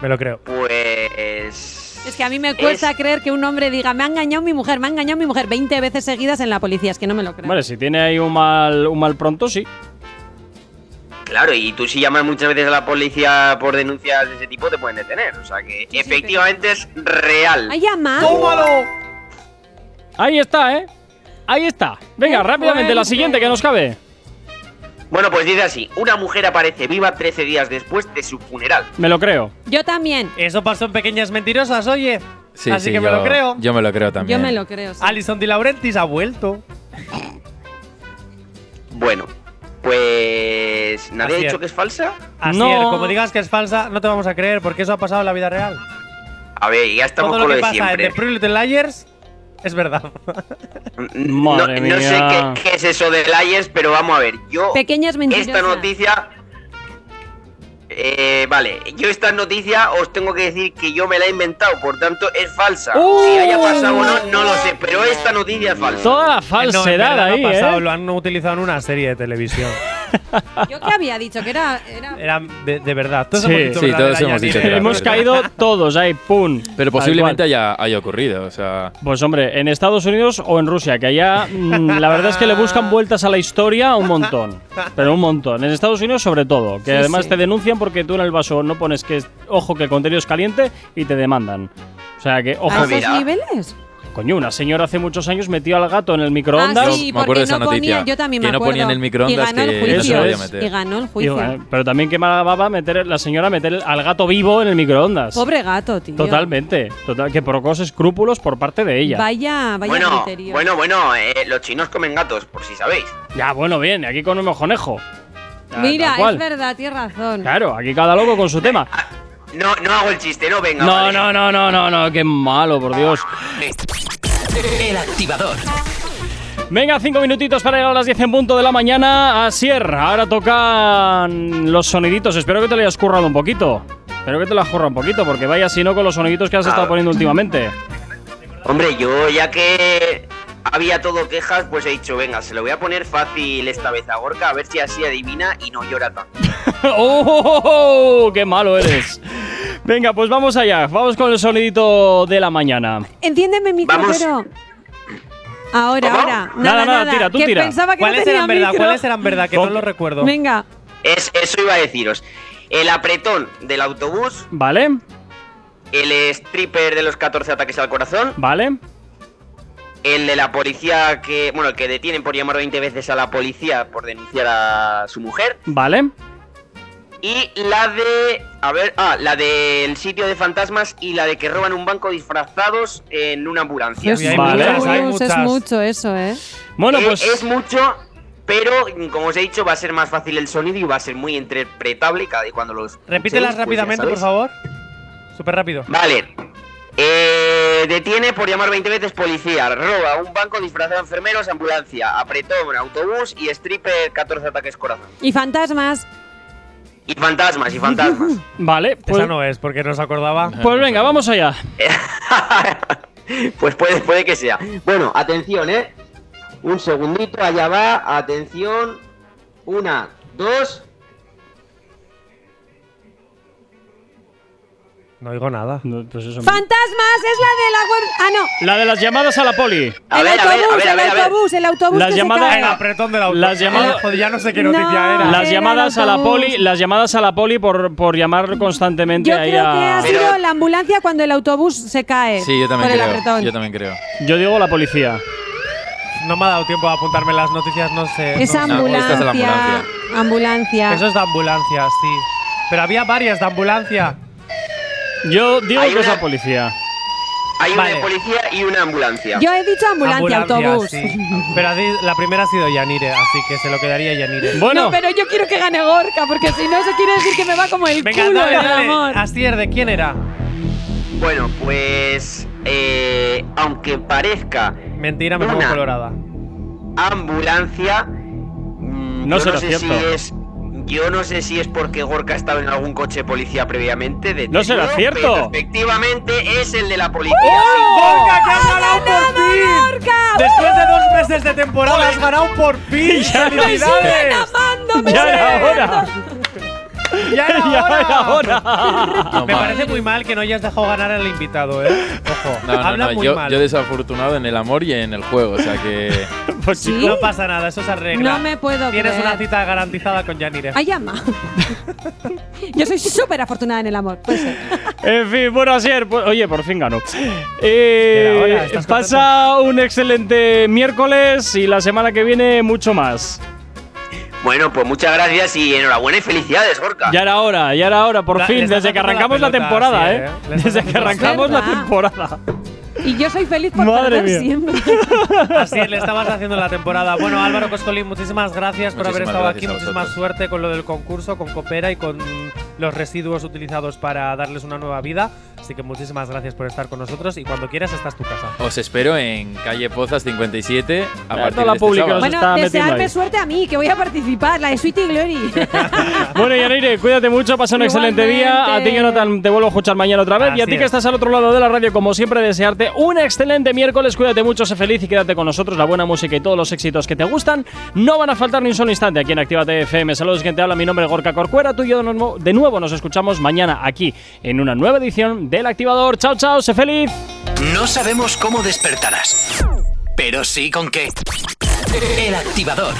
[SPEAKER 3] Me lo creo.
[SPEAKER 10] Pues...
[SPEAKER 4] Es que a mí me cuesta
[SPEAKER 10] es-
[SPEAKER 4] creer que un hombre diga, me ha engañado mi mujer, me ha engañado mi mujer 20 veces seguidas en la policía. Es que no me lo creo.
[SPEAKER 2] Vale, si tiene ahí un mal, un mal pronto, sí.
[SPEAKER 10] Claro, y tú si llamas muchas veces a la policía por denuncias de ese tipo te pueden detener. O sea que
[SPEAKER 4] sí,
[SPEAKER 10] efectivamente es real.
[SPEAKER 4] ¿Ha llamado?
[SPEAKER 3] ¡Tómalo!
[SPEAKER 2] Ahí está, ¿eh? Ahí está. Venga,
[SPEAKER 4] Qué
[SPEAKER 2] rápidamente, la
[SPEAKER 4] fuerte.
[SPEAKER 2] siguiente que nos cabe.
[SPEAKER 10] Bueno, pues dice así, una mujer aparece viva 13 días después de su funeral.
[SPEAKER 2] Me lo creo.
[SPEAKER 4] Yo también.
[SPEAKER 3] Eso pasó en Pequeñas Mentirosas, oye.
[SPEAKER 9] Sí,
[SPEAKER 3] Así
[SPEAKER 9] sí,
[SPEAKER 3] que me
[SPEAKER 9] yo-
[SPEAKER 3] lo creo.
[SPEAKER 9] Yo me lo creo también.
[SPEAKER 4] Yo me lo creo. sí.
[SPEAKER 3] Alison Di Laurentiis ha vuelto.
[SPEAKER 10] Bueno, Pues.
[SPEAKER 3] Así
[SPEAKER 10] ¿Nadie ha
[SPEAKER 3] es.
[SPEAKER 10] dicho que es falsa?
[SPEAKER 3] Así es, como digas que es falsa, no te vamos a creer, porque eso ha pasado en la vida real.
[SPEAKER 10] A ver, ya estamos
[SPEAKER 3] Todo lo
[SPEAKER 10] con lo
[SPEAKER 3] que
[SPEAKER 10] de
[SPEAKER 3] pasa
[SPEAKER 10] siempre.
[SPEAKER 3] en The Pretty Little Liars es verdad.
[SPEAKER 10] No,
[SPEAKER 2] Madre
[SPEAKER 10] no sé
[SPEAKER 2] mía.
[SPEAKER 10] qué, qué es eso de Liars, pero vamos a ver. Yo.
[SPEAKER 4] Pequeñas mentiras.
[SPEAKER 10] Esta noticia. Eh, vale, yo esta noticia os tengo que decir que yo me la he inventado, por tanto es falsa.
[SPEAKER 2] ¡Uh!
[SPEAKER 10] si haya pasado o no, no lo sé, pero esta noticia es falsa.
[SPEAKER 2] Toda la
[SPEAKER 3] No, en
[SPEAKER 2] falsedad
[SPEAKER 3] verdad no
[SPEAKER 2] ahí,
[SPEAKER 3] ha pasado,
[SPEAKER 2] ¿eh?
[SPEAKER 3] lo han utilizado en una serie de televisión.
[SPEAKER 4] Yo que había dicho que era. era-
[SPEAKER 9] Eh,
[SPEAKER 3] Era de, de verdad. Todos
[SPEAKER 2] Sí.
[SPEAKER 3] hemos dicho
[SPEAKER 9] Sí,
[SPEAKER 3] verdad
[SPEAKER 9] todos
[SPEAKER 3] de la
[SPEAKER 9] hemos
[SPEAKER 3] Yanira.
[SPEAKER 9] dicho verdad.
[SPEAKER 2] Hemos caído todos ahí, pum.
[SPEAKER 9] Pero
[SPEAKER 2] Tal
[SPEAKER 9] posiblemente
[SPEAKER 2] cual.
[SPEAKER 9] haya, haya ocurrido, o sea.
[SPEAKER 2] Pues hombre, en Estados Unidos o en Rusia, que allá mm, la verdad es que le buscan vueltas a la historia un montón. Pero un montón. En Estados Unidos sobre todo, que
[SPEAKER 4] Sí,
[SPEAKER 2] además
[SPEAKER 4] sí.
[SPEAKER 2] te denuncian porque tú en el vaso no pones que es- ojo que el contenido es caliente y te demandan. O sea que,
[SPEAKER 4] ¿A
[SPEAKER 2] ojo,
[SPEAKER 4] esos
[SPEAKER 10] mira.
[SPEAKER 4] niveles?
[SPEAKER 2] Coño, una señora hace muchos años metió al gato en el microondas.
[SPEAKER 4] Ah, sí,
[SPEAKER 9] Yo me acuerdo
[SPEAKER 4] porque
[SPEAKER 9] de esa
[SPEAKER 4] no ponía-
[SPEAKER 9] noticia,
[SPEAKER 4] yo también
[SPEAKER 9] que
[SPEAKER 4] me
[SPEAKER 9] no
[SPEAKER 4] acuerdo.
[SPEAKER 9] ponían el microondas
[SPEAKER 4] y ganó el
[SPEAKER 9] que no
[SPEAKER 2] se
[SPEAKER 4] juicio. ¿eh?
[SPEAKER 2] podía
[SPEAKER 9] meter.
[SPEAKER 4] Y ganó el
[SPEAKER 2] Y,
[SPEAKER 4] juicio.
[SPEAKER 2] eh, pero también que mala baba meter la señora meter al gato vivo en el microondas.
[SPEAKER 4] Pobre gato, tío.
[SPEAKER 2] Totalmente, total, que provocó escrúpulos por parte de ella.
[SPEAKER 4] Vaya, vaya
[SPEAKER 10] bueno,
[SPEAKER 4] criterio.
[SPEAKER 10] bueno, bueno, eh, los chinos comen gatos, por si sabéis.
[SPEAKER 2] Ya, bueno, bien, aquí con un mojonejo. Ya,
[SPEAKER 4] Mira,
[SPEAKER 2] tal cual.
[SPEAKER 4] es verdad, tienes razón.
[SPEAKER 2] Claro, aquí cada loco con su tema.
[SPEAKER 10] No, no hago el chiste, no venga.
[SPEAKER 2] No,
[SPEAKER 10] vale.
[SPEAKER 2] no, no, no, no, no, qué malo, por Dios.
[SPEAKER 1] El activador.
[SPEAKER 2] Venga, cinco minutitos para llegar a las 10 en punto de la mañana. Asier, ahora tocan los soniditos. Espero que te lo hayas currado un poquito. Espero que te lo has currado un poquito, porque vaya si no con los soniditos que has
[SPEAKER 10] Ah.
[SPEAKER 2] estado poniendo últimamente.
[SPEAKER 10] Hombre, yo ya que había todo quejas, pues he dicho, venga, se lo voy a poner fácil esta vez a Gorka, a ver si así adivina y no llora tanto.
[SPEAKER 2] ¡Oh, oh, oh, oh! qué malo eres! Venga, pues vamos allá. Vamos con el sonidito de la mañana.
[SPEAKER 4] Entiéndeme, mi
[SPEAKER 10] Vamos.
[SPEAKER 4] cordero. Ahora,
[SPEAKER 10] ¿Cómo?
[SPEAKER 4] ahora.
[SPEAKER 2] Nada,
[SPEAKER 4] Nada,
[SPEAKER 2] nada, tira, tú
[SPEAKER 4] que
[SPEAKER 2] tira.
[SPEAKER 4] Pensaba que no
[SPEAKER 3] ¿Cuáles
[SPEAKER 4] tenía
[SPEAKER 3] eran verdad?
[SPEAKER 4] micro.
[SPEAKER 3] ¿Cuáles eran verdad? Que no
[SPEAKER 2] Con-
[SPEAKER 3] lo recuerdo.
[SPEAKER 4] Venga.
[SPEAKER 10] Es, eso iba a deciros. El apretón del autobús,
[SPEAKER 2] ¿Vale?
[SPEAKER 10] el stripper de los 14 ataques al corazón,
[SPEAKER 2] ¿Vale?
[SPEAKER 10] el de la policía que, bueno, el que detienen por llamar 20 veces a la policía por denunciar a su mujer,
[SPEAKER 2] ¿Vale?
[SPEAKER 10] y la de, a ver, ah, la del sitio de fantasmas y la de que roban un banco disfrazados en una ambulancia.
[SPEAKER 3] Sí, hay
[SPEAKER 2] Vale.
[SPEAKER 3] muchas, hay
[SPEAKER 4] Dios, es
[SPEAKER 3] muchas.
[SPEAKER 4] mucho eso, ¿eh?
[SPEAKER 2] Bueno,
[SPEAKER 10] Eh,
[SPEAKER 2] pues.
[SPEAKER 10] Es mucho, pero mm, como os he dicho, va a ser más fácil el sonido y va a ser muy interpretable cada vez cuando los.
[SPEAKER 3] Repítelas
[SPEAKER 10] escuchéis, pues ya
[SPEAKER 3] rápidamente, por
[SPEAKER 10] sabéis.
[SPEAKER 3] favor. Súper rápido.
[SPEAKER 10] Vale. Eh, detiene por llamar 20 veces policía, roba un banco disfrazado de enfermeros, ambulancia, apretón, autobús y stripper 14 ataques corazón.
[SPEAKER 4] Y fantasmas.
[SPEAKER 10] Y fantasmas, y fantasmas.
[SPEAKER 2] Vale, pues.
[SPEAKER 3] Esa no es, porque no se acordaba.
[SPEAKER 2] Pues venga, vamos allá.
[SPEAKER 10] pues puede, puede que sea. Bueno, atención, ¿eh? Un segundito, allá va. Atención. Una, dos.
[SPEAKER 3] No oigo nada.
[SPEAKER 2] No, pues eso.
[SPEAKER 4] ¡Fantasmas! Es la de la. guar- Ah, no.
[SPEAKER 2] La de las llamadas a la poli.
[SPEAKER 10] A
[SPEAKER 4] el
[SPEAKER 10] ver, a
[SPEAKER 4] autobús,
[SPEAKER 10] ver, a ver, a ver, a
[SPEAKER 4] el
[SPEAKER 10] ver.
[SPEAKER 4] autobús, el autobús.
[SPEAKER 2] Las
[SPEAKER 4] que se
[SPEAKER 2] llamadas-
[SPEAKER 4] cae.
[SPEAKER 3] El apretón del autobús.
[SPEAKER 2] Las llamadas-
[SPEAKER 3] Joder, ya no sé qué
[SPEAKER 4] No.
[SPEAKER 3] noticia era.
[SPEAKER 4] La-
[SPEAKER 2] Las
[SPEAKER 4] Era
[SPEAKER 2] llamadas
[SPEAKER 4] el
[SPEAKER 2] a la
[SPEAKER 4] autobús.
[SPEAKER 2] poli, las llamadas a la poli por, por llamar constantemente
[SPEAKER 4] Yo
[SPEAKER 2] ahí
[SPEAKER 4] creo que
[SPEAKER 2] a.
[SPEAKER 4] ha sido
[SPEAKER 10] Pero-
[SPEAKER 4] la ambulancia cuando el autobús se cae.
[SPEAKER 9] Sí, yo
[SPEAKER 4] por
[SPEAKER 9] también
[SPEAKER 4] el
[SPEAKER 9] creo.
[SPEAKER 4] apretón.
[SPEAKER 9] Yo también creo.
[SPEAKER 2] Yo digo la policía.
[SPEAKER 3] No me ha dado tiempo a apuntarme las noticias, no sé.
[SPEAKER 4] Es
[SPEAKER 3] no sé.
[SPEAKER 9] ambul-
[SPEAKER 4] ambulancia.
[SPEAKER 9] Ah, esta es la ambulancia.
[SPEAKER 4] ambulancia.
[SPEAKER 3] Eso es de ambulancia, sí. Pero había varias de ambulancia.
[SPEAKER 2] Yo digo
[SPEAKER 10] Hay
[SPEAKER 2] que es
[SPEAKER 10] una-
[SPEAKER 2] la policía.
[SPEAKER 10] Hay
[SPEAKER 3] Vale.
[SPEAKER 10] una policía y una ambulancia.
[SPEAKER 4] Yo he dicho ambulancia, autobús.
[SPEAKER 3] sí. Pero ha di- la primera ha sido Yanire, así que se lo quedaría Yanire.
[SPEAKER 2] Bueno,
[SPEAKER 4] No, pero yo quiero que gane Gorka, porque si no, eso quiere decir que me va como el
[SPEAKER 3] Venga,
[SPEAKER 4] culo,
[SPEAKER 3] dale,
[SPEAKER 4] el
[SPEAKER 3] dale.
[SPEAKER 4] amor.
[SPEAKER 3] Astier, ¿de quién era?
[SPEAKER 10] Bueno, pues. eh, aunque parezca
[SPEAKER 3] Mentira, me pongo
[SPEAKER 10] Una.
[SPEAKER 3] colorada.
[SPEAKER 10] ambulancia. mm,
[SPEAKER 2] No
[SPEAKER 10] yo
[SPEAKER 2] será
[SPEAKER 10] no sé
[SPEAKER 2] cierto.
[SPEAKER 10] Si es, yo no sé si es porque Gorka ha estado en algún coche de policía previamente. De
[SPEAKER 2] No será cierto.
[SPEAKER 10] Pero efectivamente es el de la policía.
[SPEAKER 3] ¡Gorka, que has ganado por fin! Después de dos meses de temporada, has ganado por fin.
[SPEAKER 4] ¡Me siguen
[SPEAKER 3] ¡Felicidades!
[SPEAKER 4] amando! me
[SPEAKER 2] ya
[SPEAKER 4] siguen
[SPEAKER 2] era hora.
[SPEAKER 4] amando.
[SPEAKER 3] ¡Ya era
[SPEAKER 2] Ya
[SPEAKER 3] hora!
[SPEAKER 2] era hora.
[SPEAKER 9] No,
[SPEAKER 3] Me
[SPEAKER 9] mal.
[SPEAKER 3] parece muy mal que no hayas dejado ganar al invitado, ¿eh? Ojo,
[SPEAKER 9] No, no,
[SPEAKER 3] habla
[SPEAKER 9] no,
[SPEAKER 3] muy
[SPEAKER 9] yo,
[SPEAKER 3] mal.
[SPEAKER 9] yo desafortunado en el amor y en el juego, o sea que.
[SPEAKER 2] Pues
[SPEAKER 4] Sí.
[SPEAKER 2] chico,
[SPEAKER 3] No pasa nada, eso se arregla.
[SPEAKER 4] No me puedo
[SPEAKER 3] Tienes
[SPEAKER 4] creer.
[SPEAKER 3] una cita garantizada con Yanire.
[SPEAKER 4] Ay, ama. Yo soy súper afortunada en el amor. puede ser.
[SPEAKER 2] En fin, bueno, ayer, oye, por fin ganó. Eh,
[SPEAKER 3] Era hora, ¿estás
[SPEAKER 2] pasa un excelente miércoles y la semana que viene mucho más.
[SPEAKER 10] Bueno, pues muchas gracias y enhorabuena y felicidades, Gorka.
[SPEAKER 2] Ya era hora, ya era hora, por
[SPEAKER 3] La- le
[SPEAKER 2] fin,
[SPEAKER 3] estás
[SPEAKER 2] desde que
[SPEAKER 3] dando la
[SPEAKER 2] arrancamos la,
[SPEAKER 3] pelota,
[SPEAKER 2] temporada,
[SPEAKER 3] sí,
[SPEAKER 2] ¿eh?
[SPEAKER 3] ¿eh? Le estás
[SPEAKER 2] Desde que
[SPEAKER 3] dando la
[SPEAKER 2] arrancamos la
[SPEAKER 4] pelota.
[SPEAKER 2] temporada.
[SPEAKER 4] Y yo soy feliz por
[SPEAKER 3] Madre
[SPEAKER 4] perder
[SPEAKER 3] mía.
[SPEAKER 4] siempre.
[SPEAKER 3] Así es, le estabas haciendo la temporada. Bueno, Álvaro Coscolín, muchísimas gracias por haber
[SPEAKER 9] Muchísimas
[SPEAKER 3] estado
[SPEAKER 9] gracias
[SPEAKER 3] aquí.
[SPEAKER 9] a
[SPEAKER 3] Muchísima
[SPEAKER 9] vosotros.
[SPEAKER 3] suerte con lo del concurso, con Copera y con los residuos utilizados para darles una nueva vida. Así que muchísimas gracias por estar con nosotros y cuando quieras, estás tu casa.
[SPEAKER 9] Os espero en calle Pozas 57 a
[SPEAKER 2] Mira,
[SPEAKER 9] partir
[SPEAKER 2] toda la
[SPEAKER 9] de este
[SPEAKER 2] pública
[SPEAKER 9] sábado.
[SPEAKER 2] nos está-
[SPEAKER 4] Bueno,
[SPEAKER 2] metiendo ahí.
[SPEAKER 4] desearme suerte a mí, que voy a participar, la de Sweetie Glory.
[SPEAKER 2] Bueno, Yanire, cuídate mucho, pasa un excelente día. A ti,
[SPEAKER 4] Igualmente.
[SPEAKER 2] Jonathan, te vuelvo a escuchar mañana otra vez. y a
[SPEAKER 3] Así
[SPEAKER 2] ti que
[SPEAKER 3] es.
[SPEAKER 2] estás al otro lado de la radio, como siempre, desearte un excelente miércoles. Cuídate mucho, sé feliz y quédate con nosotros. La buena música y todos los éxitos que te gustan no van a faltar ni un solo instante aquí en Actívate FM. Saludos, quien te habla. Mi nombre es Gorka Corcuera. Tú y yo de nuevo- de nuevo nos escuchamos mañana aquí en una nueva edición del Activador. Chao, chao, sé feliz.
[SPEAKER 1] No sabemos cómo despertarás, pero sí con qué. El activador.